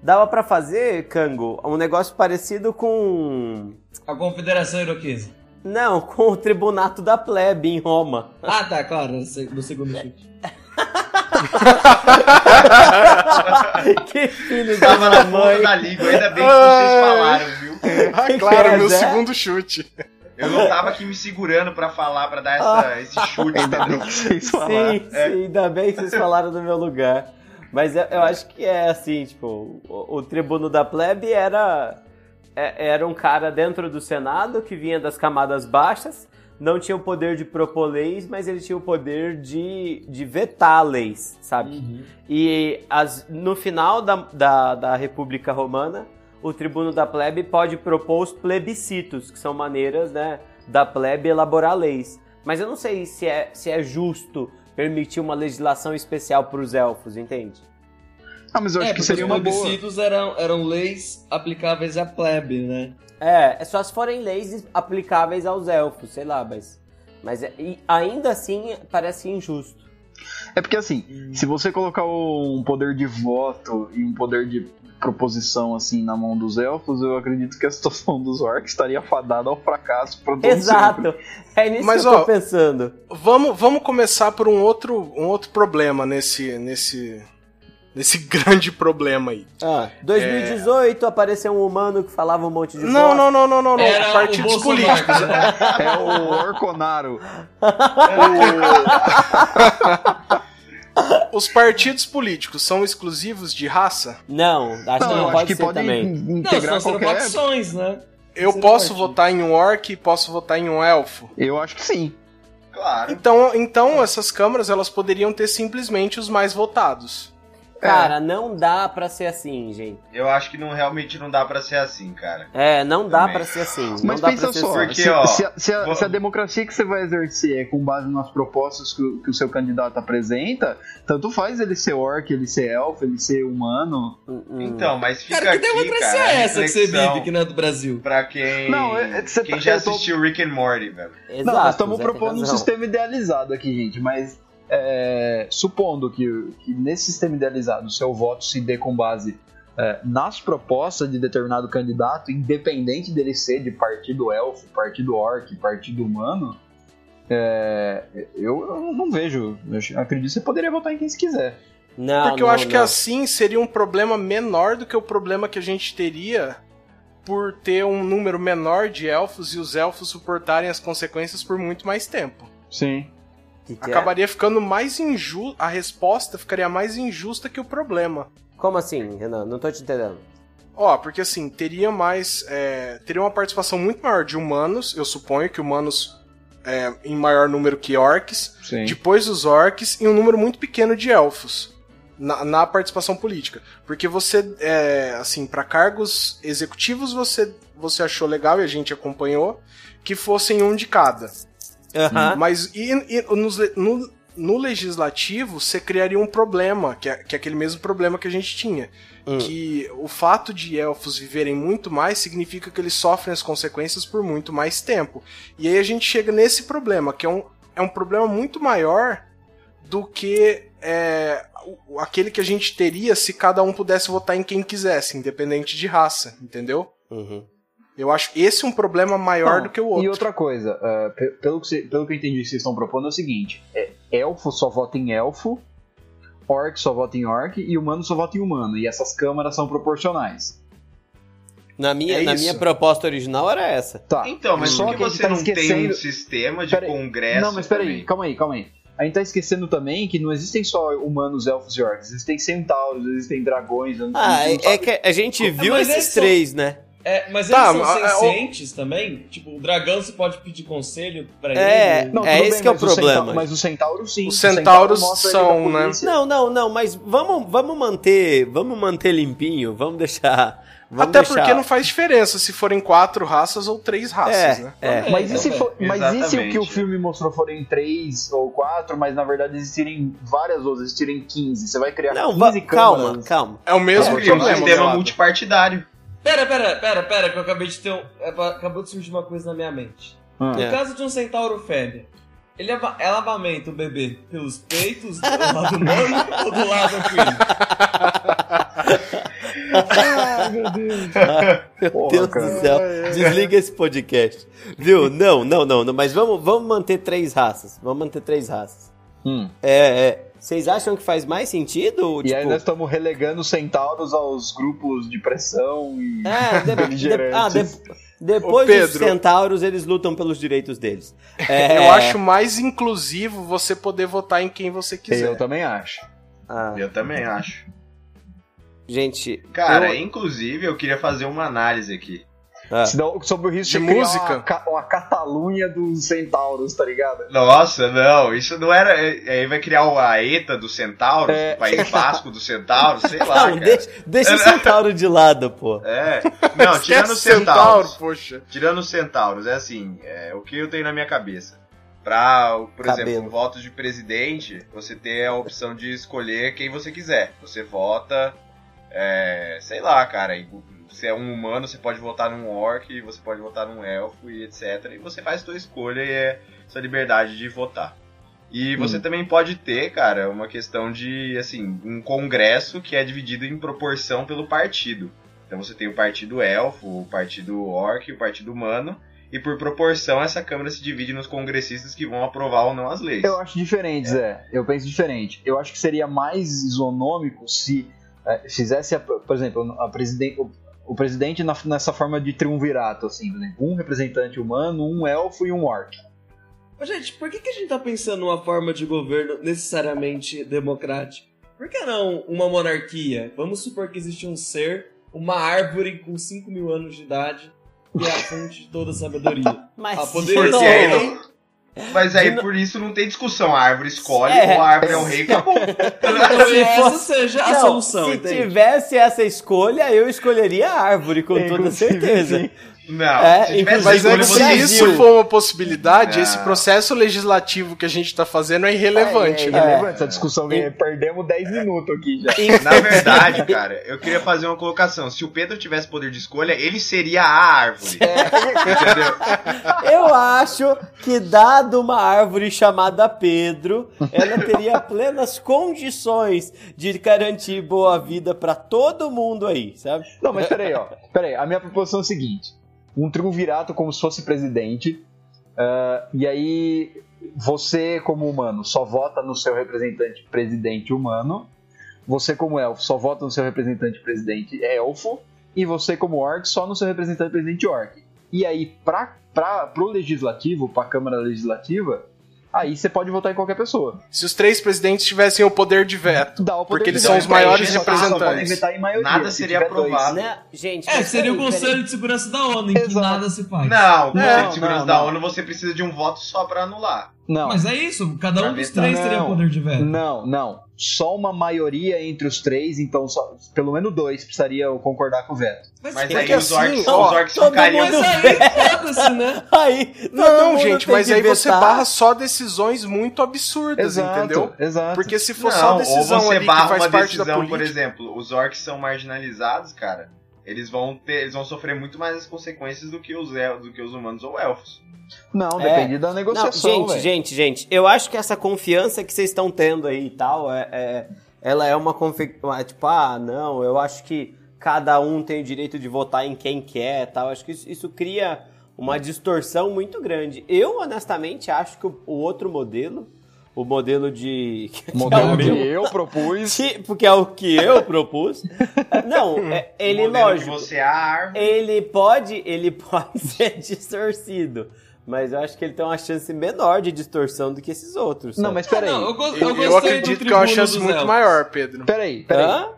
A: Dava pra fazer, Cango, um negócio parecido com.
G: A Confederação Iroquesa.
A: Não, com o Tribunato da Plebe em Roma. *laughs*
G: Ah, tá, claro, no se- no segundo chute.
A: que filho da
E: Tava na ponta
A: mãe.
E: da língua, ainda bem que vocês falaram, viu?
B: Ah,
A: Que
B: claro, meu
A: coisa, é?
B: segundo chute.
E: Eu não tava aqui me segurando pra falar, pra dar
G: Ah.
E: essa, esse chute, tá? entendeu?
C: Vocês falaram. É.
A: Sim, sim, ainda bem que
C: *laughs*
A: vocês falaram do meu lugar. Mas eu, eu acho que é assim, tipo, o, o tribuno da plebe era, é- era um cara dentro do Senado que vinha das camadas baixas, não tinha o poder de propor leis, mas ele tinha o poder de, de vetar leis, sabe?
C: Uhum.
A: E as- no final da, da, da República Romana, o tribuno da plebe pode propor os plebiscitos, que são maneiras né, da plebe elaborar leis. Mas eu não sei se é, se é justo permitir uma legislação especial para os elfos, entende?
C: Ah, mas eu acho
G: é,
C: que
G: porque
C: seria
G: os
C: uma boa.
G: plebiscitos eram, eram leis aplicáveis à plebe, né?
A: É, é só se forem leis aplicáveis aos elfos, sei lá, mas, mas é- e ainda assim parece injusto.
C: É porque assim,
E: Hum.
C: se você colocar o- um poder de voto e um poder de proposição assim na mão dos elfos, eu acredito que a situação dos orcs estaria fadada ao fracasso para todo sempre.
A: Exato! É nisso
B: Mas,
A: que eu tô
B: ó,
A: pensando.
B: Vamos, vamos começar por um outro, um outro problema nesse, nesse, Nesse *laughs* grande problema aí.
A: Ah, 2018 apareceu um humano que falava um monte de
B: Não,
A: bosta.
B: não, não, não, não, não.
G: Era o
B: Partidos
G: Bolsonaro.
B: políticos. né?
C: É o Orconaro.
B: Os partidos políticos são exclusivos de raça?
A: Não, acho que
C: Não,
A: não
C: eu
A: pode
C: acho que
A: ser
C: pode
A: também.
C: in-
G: Não, são
C: integrar
G: as
C: qualquer.
G: opções, né?
B: Eu
G: Sim,
B: posso
G: partido.
B: votar em um orc e posso votar em um elfo?
C: Eu acho que sim.
E: Claro.
B: Então, então essas câmaras elas poderiam ter simplesmente os mais votados.
C: É,
A: Cara, não dá pra ser assim, gente.
E: Eu acho que não realmente não dá pra ser assim, cara.
A: É, não dá
E: Também.
A: pra ser assim. não
C: Mas
A: dá pra
C: pensa
A: ser
C: só,
A: assim.
E: Porque,
C: se,
E: ó,
C: se a, se a-
E: vamos-
C: se a democracia que você vai exercer é com base nas propostas que, o- que o seu candidato apresenta, tanto faz ele ser orc, ele ser elfo, ele ser humano.
A: Hum, hum.
E: Então, mas fica
G: Cara, que
E: aqui,
G: democracia
E: cara, a
G: é essa que você
E: reflexão
G: vive, que não é do Brasil?
E: Pra quem,
C: Não, é- é- você
E: quem
C: tá-
E: já
C: eu tô-
E: assistiu Rick and Morty, velho.
A: Exato,
C: Não, nós estamos
A: Zé tem
C: propondo um
A: razão.
C: sistema idealizado aqui, gente, mas é, supondo que, que nesse sistema idealizado o seu voto se dê com base é, nas propostas de determinado candidato, independente dele ser de partido elfo, partido orc, partido humano, é, eu, eu não vejo. Eu ach- acredito que você poderia votar em quem você quiser.
A: Não,
B: porque eu
A: não,
B: acho que
A: não.
B: assim seria um problema menor do que o problema que a gente teria por ter um número menor de elfos e os elfos suportarem as consequências por muito mais tempo.
C: Sim.
A: Que que é?
B: Acabaria ficando mais injusta, a resposta ficaria mais injusta que o problema.
A: Como assim, Renan? Não tô te entendendo.
B: Ó, porque assim, teria mais. é, teria uma participação muito maior de humanos, eu suponho que humanos é, em maior número que orcs,
C: Sim.
B: depois os orcs e um número muito pequeno de elfos na, na participação política. Porque você, é, assim, para cargos executivos você, você achou legal e a gente acompanhou que fossem um de cada.
A: Aham.
B: Mas e, e nos le- no, no legislativo você criaria um problema, que é, que é aquele mesmo problema que a gente tinha.
A: Hum.
B: Que o fato de elfos viverem muito mais significa que eles sofrem as consequências por muito mais tempo. E aí a gente chega nesse problema, que é um, é um problema muito maior do que é, o- aquele que a gente teria se cada um pudesse votar em quem quisesse, independente de raça, entendeu?
A: Uhum.
B: Eu acho esse um problema maior
C: Não,
B: do que o outro.
C: E outra coisa, é, pe- pelo, que cê- pelo que eu entendi que vocês estão propondo é o seguinte: é, elfo só vota em elfo, orc só vota em orc e humano só vota em humano. E essas câmaras são proporcionais.
A: Na, minha,
B: É
A: na
B: isso.
A: minha proposta original era essa.
C: Tá.
E: Então, mas
C: Só
E: por que
C: que a gente
E: você
C: tá
E: não tem um
C: esquecendo-
E: sistema de
C: Pera aí.
E: congresso
C: não, mas peraí,
E: também?
C: calma aí, calma aí. A gente tá esquecendo também que não existem só humanos, elfos e orcs, existem centauros, existem dragões. eu não-
A: Ah,
C: não
A: é,
C: sabe-
A: é que a gente
G: É,
A: viu
G: mas
A: esses
G: esse-
A: três, né?
G: É, mas
B: Tá,
G: eles
B: mas,
G: são
B: é, o-
G: sencientes também? Tipo, o dragão você pode pedir conselho pra
A: É.
G: ele?
C: Não,
A: é
C: tudo
A: esse
C: bem,
A: que é o
C: mas centau-
A: problema.
C: mas o centauro sim.
B: Os
C: o centauro
B: centauros
C: mostra ele pra
B: são, né?
C: polícia.
A: Não, não, não, mas vamos, vamos manter. Vamos manter limpinho, vamos deixar. Vamos
B: Até
A: deixar...
B: porque não faz diferença se forem quatro raças ou três raças,
A: é,
B: né?
A: é.
C: Mas,
G: É,
C: e se
G: é,
C: for- mas e se o que o
E: exatamente.
C: filme mostrou forem três ou quatro, mas na verdade existirem várias outras, existirem 15? Você vai criar
A: Não,
C: 15
A: va- calma,
C: câmaras.
A: calma.
B: É o mesmo
E: Você cria um
B: problema.
E: sistema
B: Pelado.
E: multipartidário.
G: Pera, pera, pera, pera, que eu acabei de ter um... Acabou de surgir uma coisa na minha mente.
C: Ah.
A: É.
G: No caso de um centauro fêmea, ele é ava- ela amamenta o bebê pelos
A: *laughs*
G: peitos do lado humano ou do lado equino?
A: Meu
C: Porra,
A: Deus
C: cara.
A: do céu. Desliga esse podcast. Viu? Não, não, não, não. Mas vamos, vamos manter três raças. Vamos manter três raças.
C: Hum.
A: É, é. Vocês acham que faz mais sentido? Ou,
C: E
A: tipo...
C: aí nós estamos relegando os centauros aos grupos de pressão e.
A: É, de- de- ah, de-
B: Ô,
A: depois
B: Pedro.
A: dos centauros, eles lutam pelos direitos deles. É,
B: Eu acho mais inclusivo você poder votar em quem você
C: Eu
B: quiser.
C: também acho.
A: Ah,
E: Eu também acho.
A: gente.
E: Cara,
A: eu-
E: inclusive eu quria fazer uma análise aqui.
A: ah,
C: Senão, sobre o risco
B: De
C: de, criar
B: música?
C: Uma, ca- uma Catalunha dos centauros, tá ligado?
E: Nossa, não, isso não era. é- Aí vai criar o AETA do Centauro, o país basco do Centauro, sei
A: *laughs*
E: lá.
A: É. não,
E: Ah, cara.
A: deixa, deixa o centauro de lado, pô.
E: É. Não,
B: Esquece
E: tirando os centauros.
B: poxa.
E: Tirando os centauros, é assim, é, o que eu tenho na minha cabeça. Pra, por
A: Cabelo.
E: exemplo, votos de presidente, você tem a opção de escolher quem você quiser. Você vota, é, sei lá, cara, e se é um humano, você pode votar num orc, você pode votar num elfo e etc. E você faz sua escolha e é sua liberdade de votar. E você também pode ter, cara, uma questão de, assim, um congresso que é dividido em proporção pelo partido. Então você tem o partido elfo, o partido orc, o partido humano, e por proporção essa Câmara se divide nos congressistas que vão aprovar ou não as leis.
C: Eu acho diferente, Zé. Eu penso diferente. Eu acho que seria mais isonômico se eh, fizesse, a- por exemplo, a presiden- o, o presidente na- nessa forma de triunvirato, assim, por exemplo, um representante humano, um elfo e um orc.
G: Ô, Gente, por que, que a gente tá pensando numa forma de governo necessariamente democrática? Por que não uma monarquia? Vamos supor que existe um ser, uma árvore com 5 mil anos de idade, que é a fonte de toda
A: *laughs*
G: a sabedoria.
A: Mas
G: Ah, poder-
A: de
E: Porque
A: novo,
E: aí
A: hein?
E: não- Mas aí
A: De no-
E: por isso não tem discussão. A árvore escolhe,
A: É.
E: ou a árvore é o rei, acabou.
G: Talvez essa
A: fosse-
G: seja a
A: Não,
G: solução,
A: Se
G: entende?
A: tivesse essa escolha, eu escolheria a árvore, com toda certeza.
E: Não,
A: É,
E: se tivesse
A: inclusive,
B: Mas é
E: escolha,
B: que se
E: você
A: Brasil.
B: isso for uma possibilidade,
E: Ah.
B: esse processo legislativo que a gente tá fazendo é irrelevante, né?
C: Levanta essa discussão, que perdemos 10 minutos aqui já.
E: Na verdade, cara, eu queria fazer uma colocação. Se o Pedro tivesse poder de escolha, ele seria a árvore. Entendeu?
A: Eu acho que, dado uma árvore chamada Pedro, ela teria plenas condições de garantir boa vida pra todo mundo aí, sabe?
C: Não, mas peraí, ó. Peraí, a minha proposição é o seguinte: um triunvirato como se fosse presidente, ah, e aí você, como humano, só vota no seu representante presidente humano, você, como elfo, só vota no seu representante presidente elfo, e você, como orc, só no seu representante presidente orc. E aí, pra, pra, pro legislativo, pra Câmara Legislativa, aí você pode votar em qualquer pessoa.
B: Se os três presidentes tivessem o poder de veto.
C: Dá o poder
B: Porque
C: de
B: eles
C: voto.
B: são os
C: Então,
B: maiores
C: eles só podem
B: representantes.
C: vetar em maioria,
E: Nada
C: se
E: seria
C: tiver dois.
E: aprovado.
A: Né? Gente,
G: É,
A: mas
G: seria o
B: um
A: peraí, peraí.
G: Conselho de Segurança da ONU, em que
C: Exato.
G: nada se faz.
E: Não, no
C: Não,
E: Conselho de Segurança
C: não,
E: da
C: não.
E: ONU você precisa de um voto só pra anular.
C: Não.
G: Mas é isso, cada um
E: Pra
G: dos
E: vetar.
G: três teria
C: Não.
G: poder de veto.
C: Não, não. Só uma maioria entre os três, então só- pelo menos dois precisariam concordar com o veto.
E: Mas
B: É
E: aí
B: que
E: os orcs,
B: assim,
E: os
A: ó,
E: orcs
A: todo
E: ficariam.
A: mundo-
G: Mas é aí, foda-se, né?
A: Aí, todo
B: Não,
A: mundo
B: gente,
A: tem
B: mas
A: que
B: aí você
A: vetar.
B: barra só decisões muito absurdas, entendeu?
C: exato.
B: Porque se for só
E: Não, ou
B: decisão
E: você
B: ali que
E: barra
B: faz
E: uma
B: parte da
E: decisão,
B: política...
E: por exemplo, os orcs são marginalizados, cara. Eles vão ter, eles vão sofrer muito mais as consequências do que os el, do que os humanos ou elfos.
C: Não,
A: É.
C: depende da negociação,
A: Não, gente,
C: velho.
A: gente, gente, eu acho que essa confiança que vocês estão tendo aí e tal, é, é- ela é uma confi... uma, Tipo, ah, não, eu acho que cada um tem o direito de votar em quem quer e tal. Acho que isso, isso cria uma distorção muito grande. Eu, honestamente, acho que o, o outro modelo, o modelo de... *laughs* que é o
C: Modelo
A: meu,
C: que eu propus.
A: que- Porque é o que eu propus. Não, é- ele,
E: *laughs* o modelo que
A: lógico,
E: você é a árvore.
A: ele pode, ele *laughs* pode ser distorcido, mas eu acho que ele tem uma chance menor de distorção do que esses outros. né?
C: Não,
A: sabe?
C: mas peraí.
G: Não, eu, go- eu
B: Eu,
G: gostei
B: eu acredito
G: do
B: que é uma
G: tribuno
B: chance
G: dos
B: muito
G: elfos.
B: maior, Pedro.
C: Peraí, peraí.
A: Hã?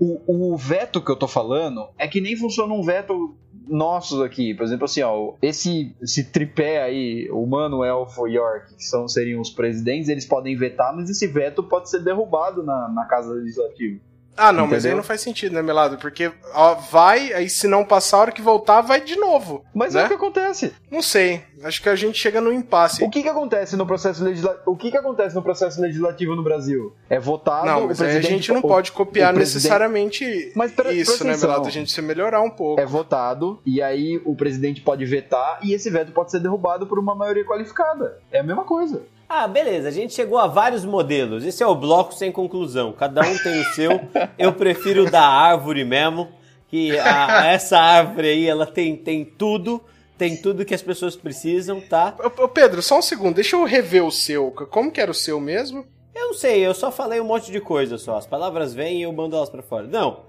C: O, o veto que eu tô falando é que nem funciona um veto nosso aqui. Por exemplo, assim, ó, esse, esse tripé aí, humano, elfo e orc, que são, seriam os presidentes, eles podem vetar, mas esse veto pode ser derrubado na, na casa legislativa.
B: Ah, não, mas aí
C: Entendeu?
B: não faz sentido, né, Melado? Porque ó, vai, aí se não passar, a hora que voltar, vai de novo.
C: Mas é
B: né?
C: o que acontece.
B: Não sei. Acho que a gente chega num impasse.
C: O que, que acontece no processo legislativo? O que, que acontece no processo legislativo no Brasil? É votado.
B: Não,
C: o
B: mas aí a
C: presidente
B: gente não
C: o-
B: pode copiar
C: o presidente-
B: necessariamente
C: Mas pera-
B: isso,
C: presta
B: né,
C: atenção.
B: Melado? A gente se melhorar um pouco.
C: É votado e aí o presidente pode vetar e esse veto pode ser derrubado por uma maioria qualificada. É a mesma coisa.
A: Ah, beleza, a gente chegou a vários modelos. Esse é o bloco sem conclusão. Cada um tem o seu. Eu prefiro o da árvore mesmo, que a- essa árvore aí, ela tem, tem tudo, tem tudo que as pessoas precisam, tá?
B: Ô, ô, Pedro, só um segundo, deixa eu rever o seu. Como que era o seu mesmo?
A: Eu não sei, eu só falei um monte de coisa só. As palavras vêm e eu mando elas pra fora. Não.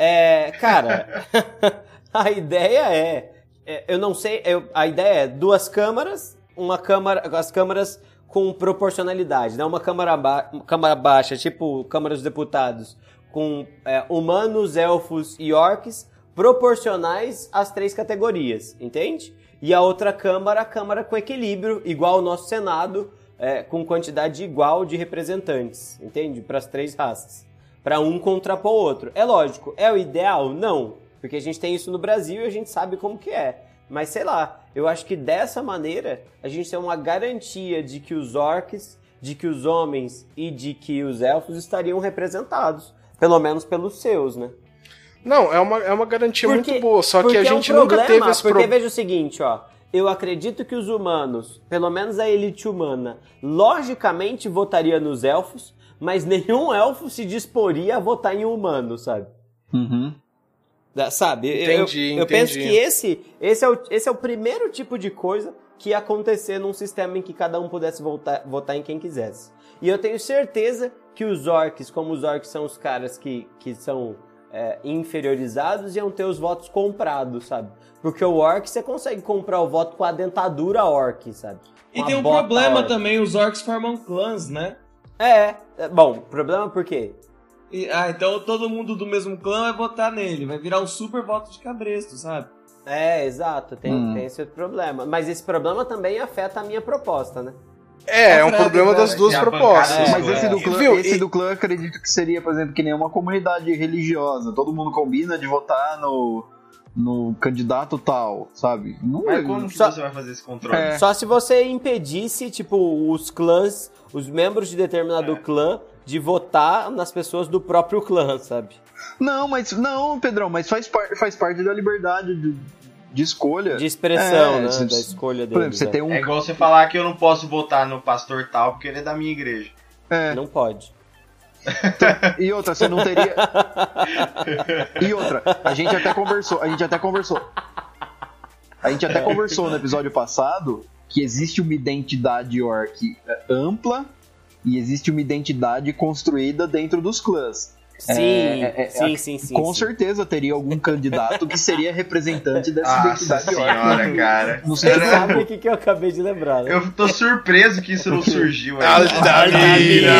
A: É, cara, *laughs* a ideia é, é, eu não sei, eu- a ideia é duas câmaras, uma câmara, as câmaras com proporcionalidade, né? Uma câmara, ba- câmara baixa, tipo Câmara dos Deputados, com é, humanos, elfos e orcs, proporcionais às três categorias, entende? E a outra câmara, a câmara com equilíbrio, igual o nosso Senado, é, com quantidade igual de representantes, entende? Para as três raças. Para um contrapor o outro. É lógico, é o ideal? Não. Porque a gente tem isso no Brasil e a gente sabe como que é. Mas sei lá, eu acho que dessa maneira a gente tem uma garantia de que os orcs, de que os homens e de que os elfos estariam representados. Pelo menos pelos seus, né?
B: Não, é uma, é uma garantia
A: Porque-
B: muito boa, só que
A: Porque
B: a
A: é um
B: gente nunca
A: problema,
B: teve esse
A: Porque
B: problema.
A: veja o seguinte, ó. Eu acredito que os humanos, pelo menos a elite humana, logicamente votaria nos elfos, *laughs* mas nenhum elfo se disporia a votar em um humano, sabe?
C: Uhum.
A: Da- Sabe? Eu-
B: Entendi,
A: eu, eu penso
B: entendi.
A: que esse, esse, é o, esse é o primeiro tipo de coisa que ia acontecer num sistema em que cada um pudesse voltar, votar em quem quisesse. E eu tenho certeza que os orcs, como os orcs são os caras que, que são é, inferiorizados, iam ter os votos comprados, sabe? Porque o orc, você consegue comprar o voto com a dentadura orc, sabe?
G: E
A: Uma
G: tem um
A: bota
G: problema
A: orc.
G: também, os orcs formam clãs, né?
A: É, é, bom, problema por quê?
G: E- ah, então todo mundo do mesmo clã vai votar nele. Vai virar um super voto de cabresto, sabe?
A: É, exato, tem,
C: Hum.
A: tem esse outro problema. Mas esse problema também afeta a minha proposta, né?
B: É, é um
G: Tá fraco,
B: problema
G: cara.
B: das duas
E: Tem a
B: propostas.
E: bancada,
C: Mas esse do clã,
B: É, Viu,
C: esse
B: e-
C: do clã eu acredito que seria, por exemplo, que nem uma comunidade religiosa. Todo mundo combina de votar no, no candidato tal, sabe? Não
E: Mas como que
A: Só-
E: você vai fazer esse controle?
C: É.
A: Só se você impedisse, tipo, os clãs, os membros de determinado
E: É.
A: clã, de votar nas pessoas do próprio clã, sabe?
C: Não, mas não, Pedrão, mas faz, par- faz parte da liberdade de, de escolha.
A: De expressão,
C: É,
A: né?
C: se-
A: da escolha
C: Por
A: deles.
C: exemplo, você
A: né?
C: tem um.
E: É igual você falar que eu não posso votar no pastor tal porque ele é da minha igreja.
C: é,
A: Não pode.
C: *laughs* E outra, você não teria. E outra, a gente até conversou, a gente até conversou. A gente até conversou no episódio passado que existe uma identidade orc é, ampla e existe uma identidade construída dentro dos clãs.
A: Sim,
C: é, é,
A: sim, sim, sim.
C: Com
A: sim.
C: certessa teria algum candidato que seria representante dessa
E: Nossa
C: identidade orc.
E: senhora, cara.
C: Não sei
A: Você
C: se
A: sabe o que, que eu acabei de lembrar, né?
E: Eu tô surpreso que Ah, isso não surgiu ainda.
B: Altamira!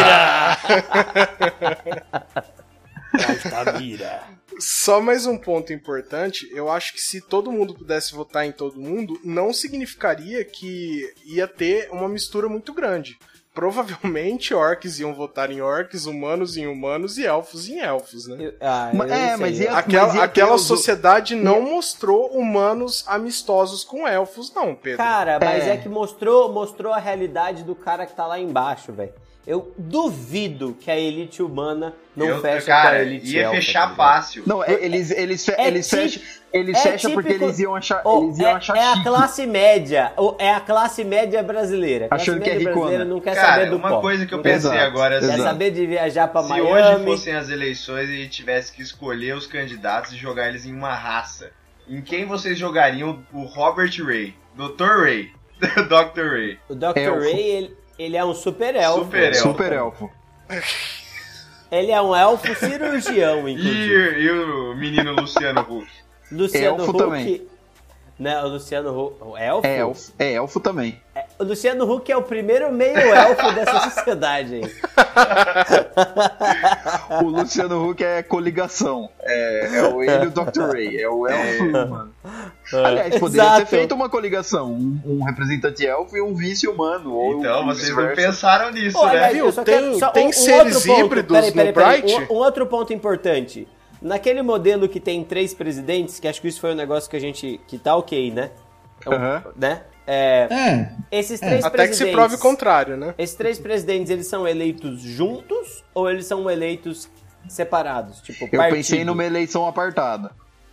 A: tá, Altamira.
B: Só mais um ponto importante, eu acho que se todo mundo pudesse votar em todo mundo, não significaria que ia ter uma mistura muito grande. Provavelmente orcs iam votar em orcs, humanos em humanos e elfos em elfos, né?
A: Eu- ah,
C: Ma-
A: eu não
C: é,
A: sei.
C: mas e a-
B: Aquela,
C: mas e
B: aquela
C: aqueles-
B: sociedade não mostrou humanos amistosos com elfos, não, Pedro.
A: Cara, mas
C: É.
A: é que mostrou, mostrou a realidade do cara que tá lá embaixo, velho. Eu duvido que a elite humana não
E: Eu-
A: feche com a
E: cara,
A: elite
E: ia
A: elfa,
E: fechar
A: tá ligado?
E: fácil.
C: Não, é- eles, eles, fe-
A: É
C: eles
A: ti-
C: fecham, eles
A: é
C: fecham porque
A: típico-
C: eles iam achar,
A: Ô,
C: eles iam
A: é,
C: achar
A: é a
C: chique.
A: classe média, Ô, é a classe média brasileira. A classe
C: Achando que é
A: média
C: ricona.
A: brasileira não quer saber
E: Cara,
A: do
E: uma
A: pó.
E: coisa que eu
A: Não quer-
E: pensei
C: Exato,
E: agora
A: quer
E: assim,
C: exato.
A: saber de viajar pra
E: se hoje
A: Miami.
E: fossem as eleições e tivesse que escolher os candidatos e jogar eles em uma raça, em quem vocês jogariam o Robert Ray? Dr. Ray? *laughs* Dr. Ray.
A: O Dr.
C: Elfo.
A: Ray, ele, ele é um super elfo.
E: Super elfo.
C: Super elfo.
A: Ele é um elfo cirurgião,
C: *laughs*
E: E,
A: inclusive.
E: e o menino Luciano
A: *laughs*
E: Huck?
A: Luciano
C: Elfo
A: Huck.
C: também.
A: Né, o Luciano Huck. o Elfo?
C: É elfo, é elfo também.
A: O Luciano Huck é o primeiro meio-elfo dessa *laughs* sociedade
C: *laughs*
A: aí.
C: O Luciano Huck é coligação. É, é o ele e o Dr. Ray. É o elfo. e o humano. Aliás, poderia
A: Exato.
C: ser feita uma coligação. Um, um representante elfo e um vice-humano. ou
E: Então,
C: um
E: vocês não
C: vice-versa.
E: pensaram nisso,
A: Olha,
E: né?
A: mas
B: viu?
A: eu só
B: Tem-
A: quero- só
B: tem
A: um- um
B: seres
A: outro ponto.
B: híbridos
A: Peraí,
B: no
A: peraí, peraí.
B: Bright?
A: Um, um outro ponto importante. Naquele modelo que tem três presidentes, que acho que isso foi um negócio que a gente. que tá ok, né? É um-
C: Aham.
A: né? É,
D: É,
A: esses três
B: Até que
A: presidentes.
B: se prove o contrário, né?
A: Esses três presidentes, eles são eleitos juntos ou eles são eleitos separados? Tipo,
C: Eu
A: partido,
C: pensei numa eleição apartada.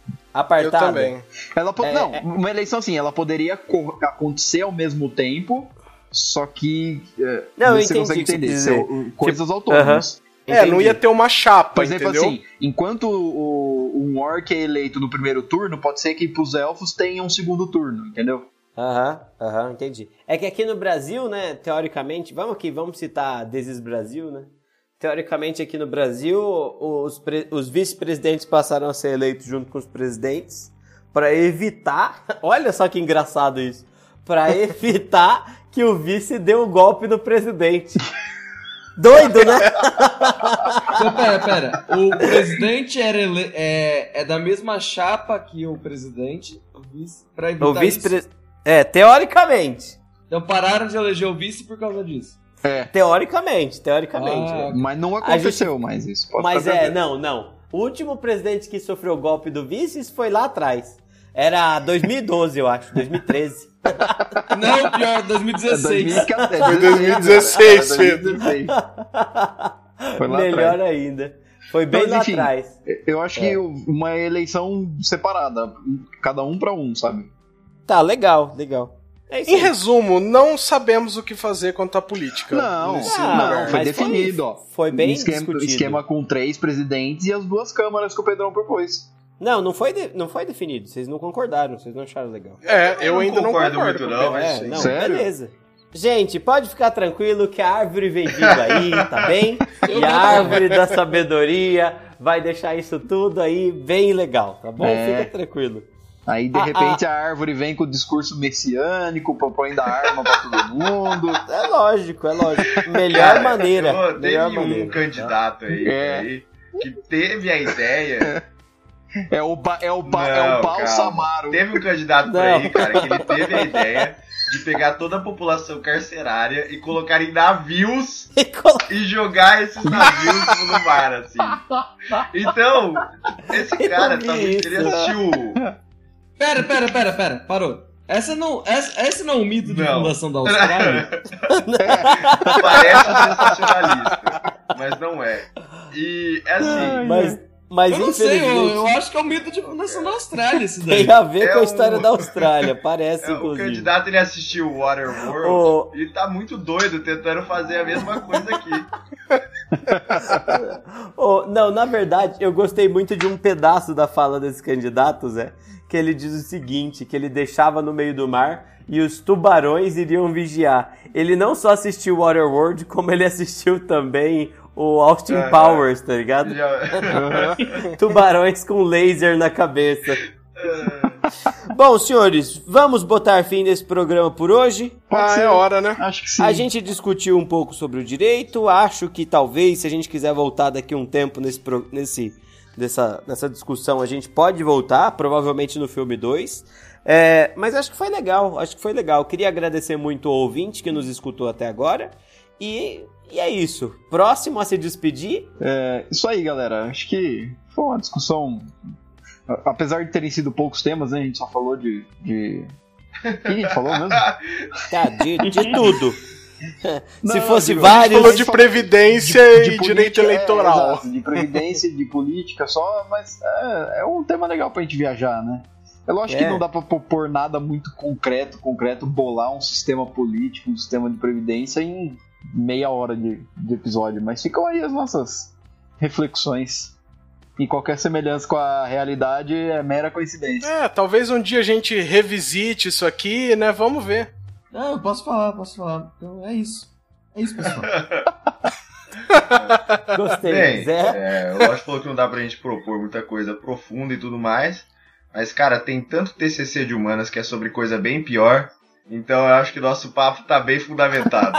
B: Eu
A: apartado?
B: também.
C: Ela po-
A: É,
C: não,
A: é.
C: uma eleição assim, ela poderia co- acontecer ao mesmo tempo, só que é,
A: Não, eu
C: você
A: entendi
C: consegue
A: o que você
C: entender.
A: quis Tipo,
C: são coisas autônomas.
B: É, não ia ter uma chapa,
C: Por exemplo,
B: entendeu?
C: assim, enquanto o, um orc é eleito no primeiro turno, pode ser que pros elfos tenha um segundo turno, entendeu?
A: Aham, aham, entendi. É que aqui no Brasil, né, teoricamente, vamos aqui, vamos citar Desis Brasil, né? Teoricamente, aqui no Brasil, os, pre- os vice-presidentes passaram a ser eleitos junto com os presidentes para evitar. *laughs* Olha só que engraçado isso! Para evitar que o vice dê um golpe no presidente. Doido, né?
G: Então, pera, pera. O presidente era ele- é, é da mesma chapa que o presidente, o vice, pra evitar
A: O
G: isso.
A: vice-presidente. É, teoricamente.
G: Então pararam de eleger o vice por causa disso.
A: Teoricamente, teoricamente.
G: Ah,
A: é.
C: É, Mas não aconteceu mais isso. Pode
A: Mas
C: ficar
A: é,
C: tranquilo.
A: não, não. O último presidente que sofreu o golpe do vice isso foi lá atrás. Era 2012, eu acho, 2013.
G: Não, pior,
A: *laughs*
C: É
G: 2016.
C: 2014,
B: Foi 2016,
C: 2016, cara, é 2016. *laughs* Foi lá
A: Melhor
C: atrás.
A: ainda. Foi bem
C: Mas,
A: lá
C: enfim. é-
A: atrás.
C: Eu acho
A: É.
C: que uma eleição separada, cada um pra um, sabe?
A: Tá, legal, legal. É isso
B: Em
A: aí.
B: resumo, não sabemos o que fazer quanto à política.
C: Não,
B: nesse
A: Ah,
C: não,
B: lugar.
C: foi
A: mas
C: definido, ó.
A: Foi bem
C: Um esquema,
A: discutido.
C: esquema com três presidentes e as duas câmaras que o Pedrão propôs.
A: Não, não foi, de- não foi definido. Vocês não concordaram, vocês não acharam legal.
B: É, eu ainda não concordo.
E: muito,
B: com
E: não,
B: o
E: mas
B: Kevin.
A: é, não,
C: Sério?
A: beleza. Gente, pode ficar tranquilo que a árvore vendida aí, tá
E: *laughs*
A: bem? E a árvore da sabedoria vai deixar isso tudo aí bem legal, tá bom?
C: É.
A: Fica tranquilo.
C: Aí, de
A: Ah,
C: repente, a árvore vem com o discurso messiânico, propondo a arma pra todo mundo.
A: É lógico, é lógico. Melhor
E: Cara,
A: maneira.
E: *laughs* eu- Teve
A: melhor
E: um
A: maneira. né?
E: *laughs* candidato aí,
C: É.
E: aí que teve a ideia.
C: É o, ba, é o, ba, é
E: Não,
C: o Balsamaro.
E: Teve um candidato por
A: Não.
E: aí, cara, que ele teve a ideia de pegar toda a população carcerária e colocar em navios
A: E colo-
E: e jogar esses navios no mar, assim. Então, esse cara
A: vi
E: talvez
A: isso.
E: ele assistiu.
G: Pera, pera, pera, pera. Parou. Essa não, essa, esse não é um mito de
E: Não.
G: fundação da Austrália?
E: Parece um sensacionalista, mas não é. E é assim.
A: Mas, mas
G: eu não sei, eu,
A: infelizmente
G: eu acho que é um mito de fundação da Austrália esse daí.
A: *laughs* tem a ver
E: É
A: com a
E: um-
A: história da Austrália, parece,
E: é, o
A: inclusive.
E: candidato ele assistiu Waterworld
A: Ô,
E: e tá muito doido tentando fazer a mesma coisa aqui.
A: *laughs* ô, não, na verdade, eu gostei muito de um pedaço da fala desse candidato, Zé, que ele diz o seguinte, que ele deixava no meio do mar e os tubarões iriam vigiar. Ele não só assistiu Waterworld, como ele assistiu também o Austin
E: É,
A: Powers, tá ligado?
E: Já-
A: *laughs* Tubarões com laser na
E: *laughs*
A: cabeça.
E: É.
A: Bom, senhores, vamos botar fim nesse programa por hoje.
C: Pode
B: Ah,
C: ser.
B: é hora, né?
C: Acho que sim.
A: A gente discutiu um pouco sobre o direito. Acho que talvez, se a gente quiser voltar daqui um tempo nesse, pro- nesse, nessa, nessa discussão, a gente pode voltar, provavelmente no filme 2. É, mas acho que foi legal, acho que foi legal. Queria agradecer muito ao ouvinte que nos escutou até agora. E, e é isso. Próximo a se despedir,
C: É, isso aí, galera. Acho que foi uma discussão. a- Apesar de terem sido poucos temas, né? A gente só falou de. de... O que a gente falou mesmo?
A: tá, de, de tudo. se
C: Não,
A: fosse
C: digo, a gente
A: vários.
B: Falou de previdência e direito
C: política, é,
B: eleitoral.
C: exato,
B: *laughs*
C: de previdência, de política só, mas é, é um tema legal pra gente viajar, né? É lógico
A: É.
C: que não dá pra propor nada muito concreto, concreto, bolar um sistema político, um sistema de previdência em meia hora de, de episódio, mas ficam aí as nossas reflexões. E qualquer semelhança com a realidade é
B: *laughs*
C: mera coincidência.
B: É, talvez um dia a gente revisite isso aqui, né? Vamos ver.
D: Ah, eu posso falar, posso falar. Então é isso. É isso, pessoal.
A: Gostei,
E: Bem,
A: Zé.
E: é, o Lodge falou que não dá pra gente propor muita coisa profunda e tudo mais. Mas, cara, tem tanto TCC de humanas que é sobre coisa bem pior. Então eu acho que nosso papo tá bem fundamentado.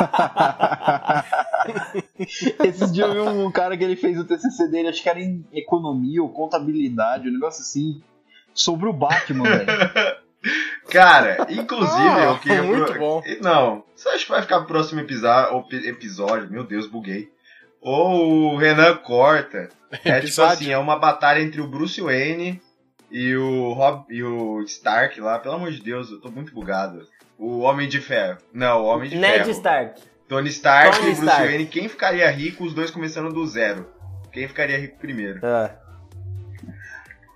C: Esses dias eu vi um cara que ele fez o TCC dele, acho que era em economia ou contabilidade, um negócio assim, sobre o Batman, velho.
B: *laughs*
E: Cara, inclusive,
B: Ah,
E: eu queria.
B: muito bom.
E: Não, você acha que vai ficar pro próximo episódio? ou pe- episódio? Meu Deus, buguei. Ou o Renan
A: *laughs*
E: corta. É tipo
B: Episódio.
E: assim, é uma batalha entre o Bruce Wayne e o Rob e o Stark lá. Pelo amor de Deus, eu tô muito bugado. O Homem de Ferro. Não, o Homem é, de
A: Ned
E: Ferro.
A: Stark.
E: Tony Stark
A: Tony
E: e Bruce
A: Stark.
E: Wayne, quem ficaria rico, os dois começando do zero. Quem ficaria rico primeiro?
A: Ah.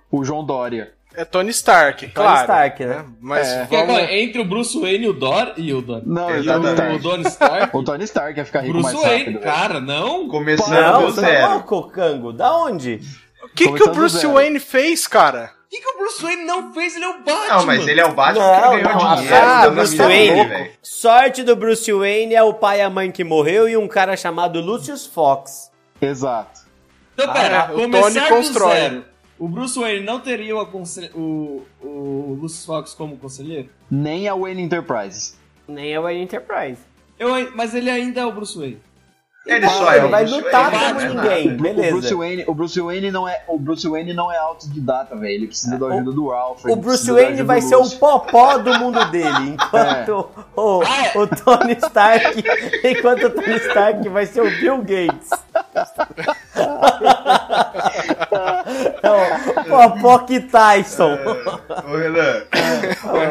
C: O João Dória.
B: É Tony Stark, claro.
A: Stark, né?
B: Mas
C: É.
G: Porque
B: vamos...
G: agora, entre o Bruce Wayne e o Dor e o Don,
A: É,
C: Não,
E: Ele
C: ele
E: tá
C: tá
E: dando-
G: o
C: Stark.
G: Don Stark,
C: O Tony Stark ia ficar rico
G: Bruce
C: mais rápido.
G: Wayne, cara, não?
E: Começando
A: Não,
E: do
A: você tá
E: zero.
A: louco, Cango? Da onde?
B: O que, que o
C: Começando
B: Bruce
C: do zero.
B: Wayne fez, cara?
G: O que, que o Bruce Wayne não fez? Ele é o Batman.
E: Não, mas ele é o Batman
A: Não,
E: que ele ganhou
A: não,
E: dinheiro. tá
B: ah,
E: deu na
B: Bruce
E: vida
B: Wayne.
E: dele, velho.
A: Sorte do Bruce Wayne é o pai e a mãe que morreu e um cara chamado Lucius Fox.
C: Exato.
G: Então,
A: Ah,
G: pera,
B: é, o Tony
G: começar do
B: constrói.
G: zero. O Bruce Wayne não teria o, aconselhe- o, o Lucius Fox como conselheiro?
C: Nem a Wayne Enterprise.
A: Nem é o Enterprise.
G: Eu, ai- mas ele ainda é o Bruce Wayne.
E: Ele só é
A: ele
E: o
A: vai
E: Bruce
A: lutar
E: Wayne,
A: contra
E: né, mano?
A: ninguém,
C: O Bruce
A: beleza.
C: Wayne, o Bruce Wayne não é, o Bruce Wayne não é autodidata, velho. Ele precisa da ajuda do Alfred.
A: O Bruce Wayne vai ser o É. popó do mundo dele, enquanto *laughs* o, o Tony Stark, enquanto o Tony Stark vai ser o Bill Gates. *laughs* É o popó que Tyson.
E: Ô, Renan,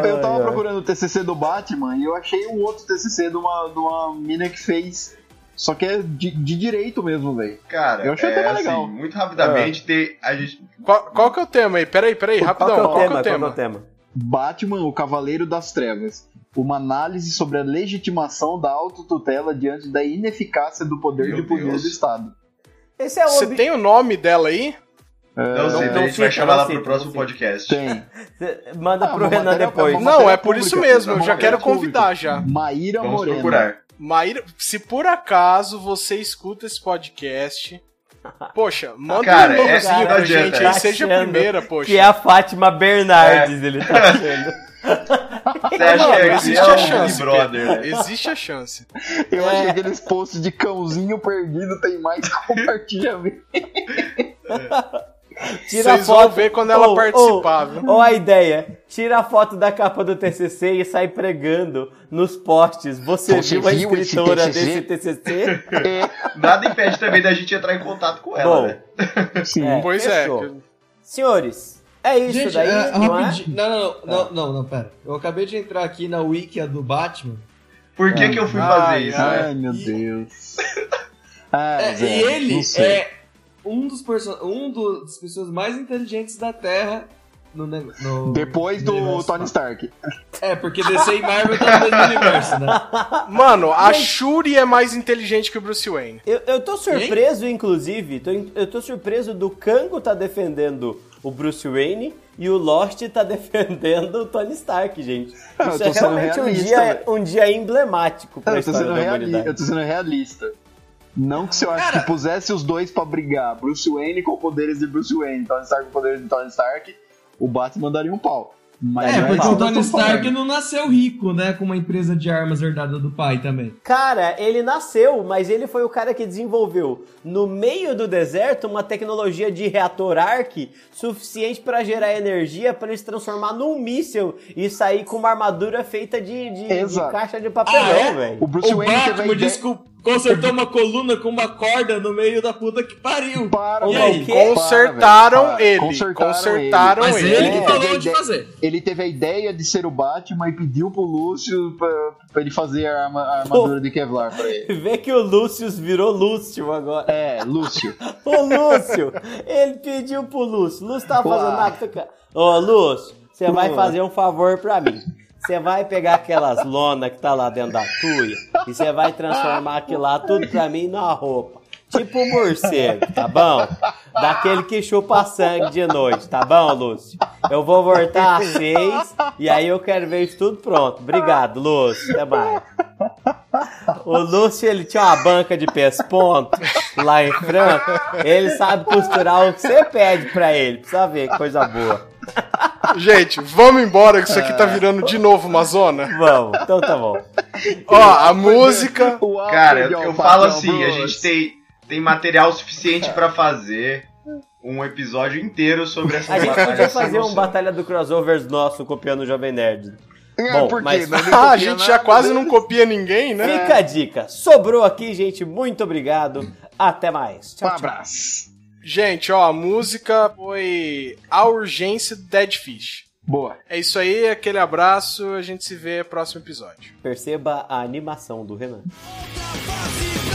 C: Eu tava procurando o TCC do Batman e eu achei um outro TCC de uma, de uma mina que fez. Só que é de, de direito mesmo, velho.
E: cara,
C: Eu achei o
E: é,
C: tema
E: assim,
C: legal.
E: muito
A: Ah.
E: rapidamente, ter, a gente
B: Qual, qual que é o tema aí? Peraí, peraí,
A: Qual
B: rapidão.
A: que é o
B: Qual que
A: tema? Qual que é o tema?
C: Batman, o Cavaleiro das Trevas. Uma análise sobre a legitimação da autotutela diante da ineficácia do poder
E: Meu
C: de punir
E: Deus.
C: do Estado.
A: Esse é o
B: Você
A: ob-
B: tem o nome dela aí?
C: É,
E: Não sei,
A: não
E: daí a gente vai
A: cita,
E: chamar
A: não
E: lá
A: cita,
E: pro próximo
A: não cita.
E: podcast.
C: Tem.
A: Cê- Manda
C: Ah,
A: pro
C: uma
A: Renan
C: matéria-
A: depois.
C: é uma
B: Não,
C: matéria
B: é por
C: pública,
B: isso mesmo, eu
C: uma
B: já
C: matéria
B: quero
C: pública.
B: convidar já.
C: Maíra
E: Vamos
C: Morena.
E: procurar.
B: Maíra, se por acaso você escuta
A: *laughs*
B: esse podcast, poxa, manda
E: Cara,
B: um
E: é-
B: e-mailzinho
E: não
B: pra
E: adianta.
B: gente aí,
E: Tá
B: seja a
A: achando
B: primeira, poxa.
A: Que é a Fátima Bernardes, ele tá achando.
E: É. *laughs* Você
C: Tá
E: acha
B: Mano,
E: que é,
B: existe
E: é
B: a
E: um Big
B: chance,
E: Brother, né?
B: Existe a
E: *laughs*
B: chance.
C: Eu acho
D: É.
C: que aqueles posts de cãozinho perdido tem mais *laughs* compartilhamento.
A: Tira
B: Vocês
A: a foto.
B: vão ver quando ela
A: Ou-
B: participar, viu?
A: Ou, ou a ideia, tira a foto da capa do TCC e sai pregando nos postes. Você,
C: Você
A: viu a
C: viu esse
A: escritora desse
C: TCC?
A: TCC?
E: Nada impede também da gente entrar em contato com *laughs* ela,
A: Bom,
E: né?
C: Sim.
A: É,
B: pois
A: fechou.
B: é.
A: Senhores, é isso
D: Gente,
A: daí,
D: é,
A: não é?
D: rapidinho. Não, não, não, não, não, não, pera. Eu acabei de entrar aqui na wiki do Batman.
E: Por que, que eu fui
B: Ai,
E: fazer
B: ai.
E: isso, né?
C: Ai, meu Deus. Ah,
D: É,
C: Zé,
D: e ele
C: não sei.
D: é um dos person... um do- das pessoas mais inteligentes da Terra no, ne- no-
C: Depois
D: no
C: do
D: universo.
C: Tony Stark.
D: É, porque DC e Marvel tá no mesmo universo, né?
B: Mano, a Shuri é mais inteligente que o Bruce Wayne.
A: Eu, eu tô surpreso, inclusive, tô in- eu tô surpreso do Kango tá defendendo o Bruce Wayne e o Lost tá *laughs* defendendo o Tony Stark, gente.
C: Ah, eu
A: Isso
C: tô
A: é
C: sendo
A: realmente um
C: realista,
A: dia,
C: velho.
A: um dia emblemático pra
C: Eu tô,
A: história
C: sendo
A: da
C: reali-
A: humanidade.
C: eu tô sendo realista. Não que se eu acho que pusesse os dois pra brigar, Bruce Wayne com poderes de Bruce Wayne, Tony Stark com poderes de Tony Stark, o Batman daria um pau. Mas
D: *laughs* É,
C: não
D: porque
C: isso
D: o
C: que eu
D: Tony
C: tô falando.
D: Stark não nasceu rico, né? Com uma empresa de armas herdada do pai também.
A: Cara, ele nasceu, mas ele foi o cara que desenvolveu no meio do deserto uma tecnologia de reator arc suficiente pra gerar energia pra ele se transformar num míssil e sair com uma armadura feita de, de- de
C: Exato.
A: caixa de papelão,
D: Ah, é?
A: velho.
C: O Bruce
D: o
C: Wayne teve a
D: Batman
C: ideia...
D: disse que consertou uma coluna com uma corda no meio da puta que pariu.
C: Para,
A: E
C: não,
A: aí?
C: para, velho,
B: Consertaram
C: para.
B: ele, consertaram
D: Mas
B: ele.
D: ele
C: É,
D: que falou
C: teve a
D: onde
C: ideia-
D: fazer.
C: Ele teve a ideia de ser o Batman e pediu pro Lúcio pra, pra ele fazer a, arma- a armadura de Kevlar pra ele.
A: Vê que o Lúcio virou Lúcio agora.
C: É, Lúcio.
A: *laughs* O Lúcio, ele pediu pro Lúcio. Lúcio tava fazendo
C: Uau.
A: nada. cara. Ô, Lúcio, você vai
C: Uau.
A: fazer um favor pra mim. Você vai pegar aquelas lona que tá lá dentro da tuia e você vai transformar aquilo lá tudo pra mim numa roupa. Tipo um morcego, tá bom? Daquele que chupa sangue de noite, tá bom, Lúcio? Eu vou voltar às seis e aí eu quero ver isso tudo pronto. Obrigado, Lúcio. Até mais. O Lúcio, ele tinha uma banca de pesponto lá em Franca. Ele sabe costurar o que você pede pra ele. Precisa ver, que coisa boa.
B: Gente, vamos embora que isso aqui tá
E: É.
B: virando de novo uma zona.
A: Vamos, então tá bom.
B: *laughs* Ó,
E: é.
B: a música.
C: O Alfred
E: Cara,
C: é
E: eu,
C: o
E: eu
C: patrão
E: falo assim, a
C: Bruce.
E: gente tem, tem material suficiente pra fazer um episódio inteiro sobre essa
A: A gente
E: batalha
A: podia
E: sem
A: fazer um
E: noção.
A: Batalha do Crossovers nosso copiando o Jovem Nerd.
C: É,
A: Bom,
C: por quê?
A: mas-
C: Não, não
B: Ah, a
C: copia
B: gente
C: nada.
B: já quase não copia ninguém, né?
A: Fica a dica. Sobrou aqui, gente. Muito obrigado. Até mais.
C: Um
A: Tchau, tchau.
C: abraço.
B: Gente, ó, a música foi A Urgência do Dead Fish.
C: Boa.
B: É isso aí, aquele abraço, a gente se vê no próximo episódio.
A: Perceba a animação do Renan.
F: Fácil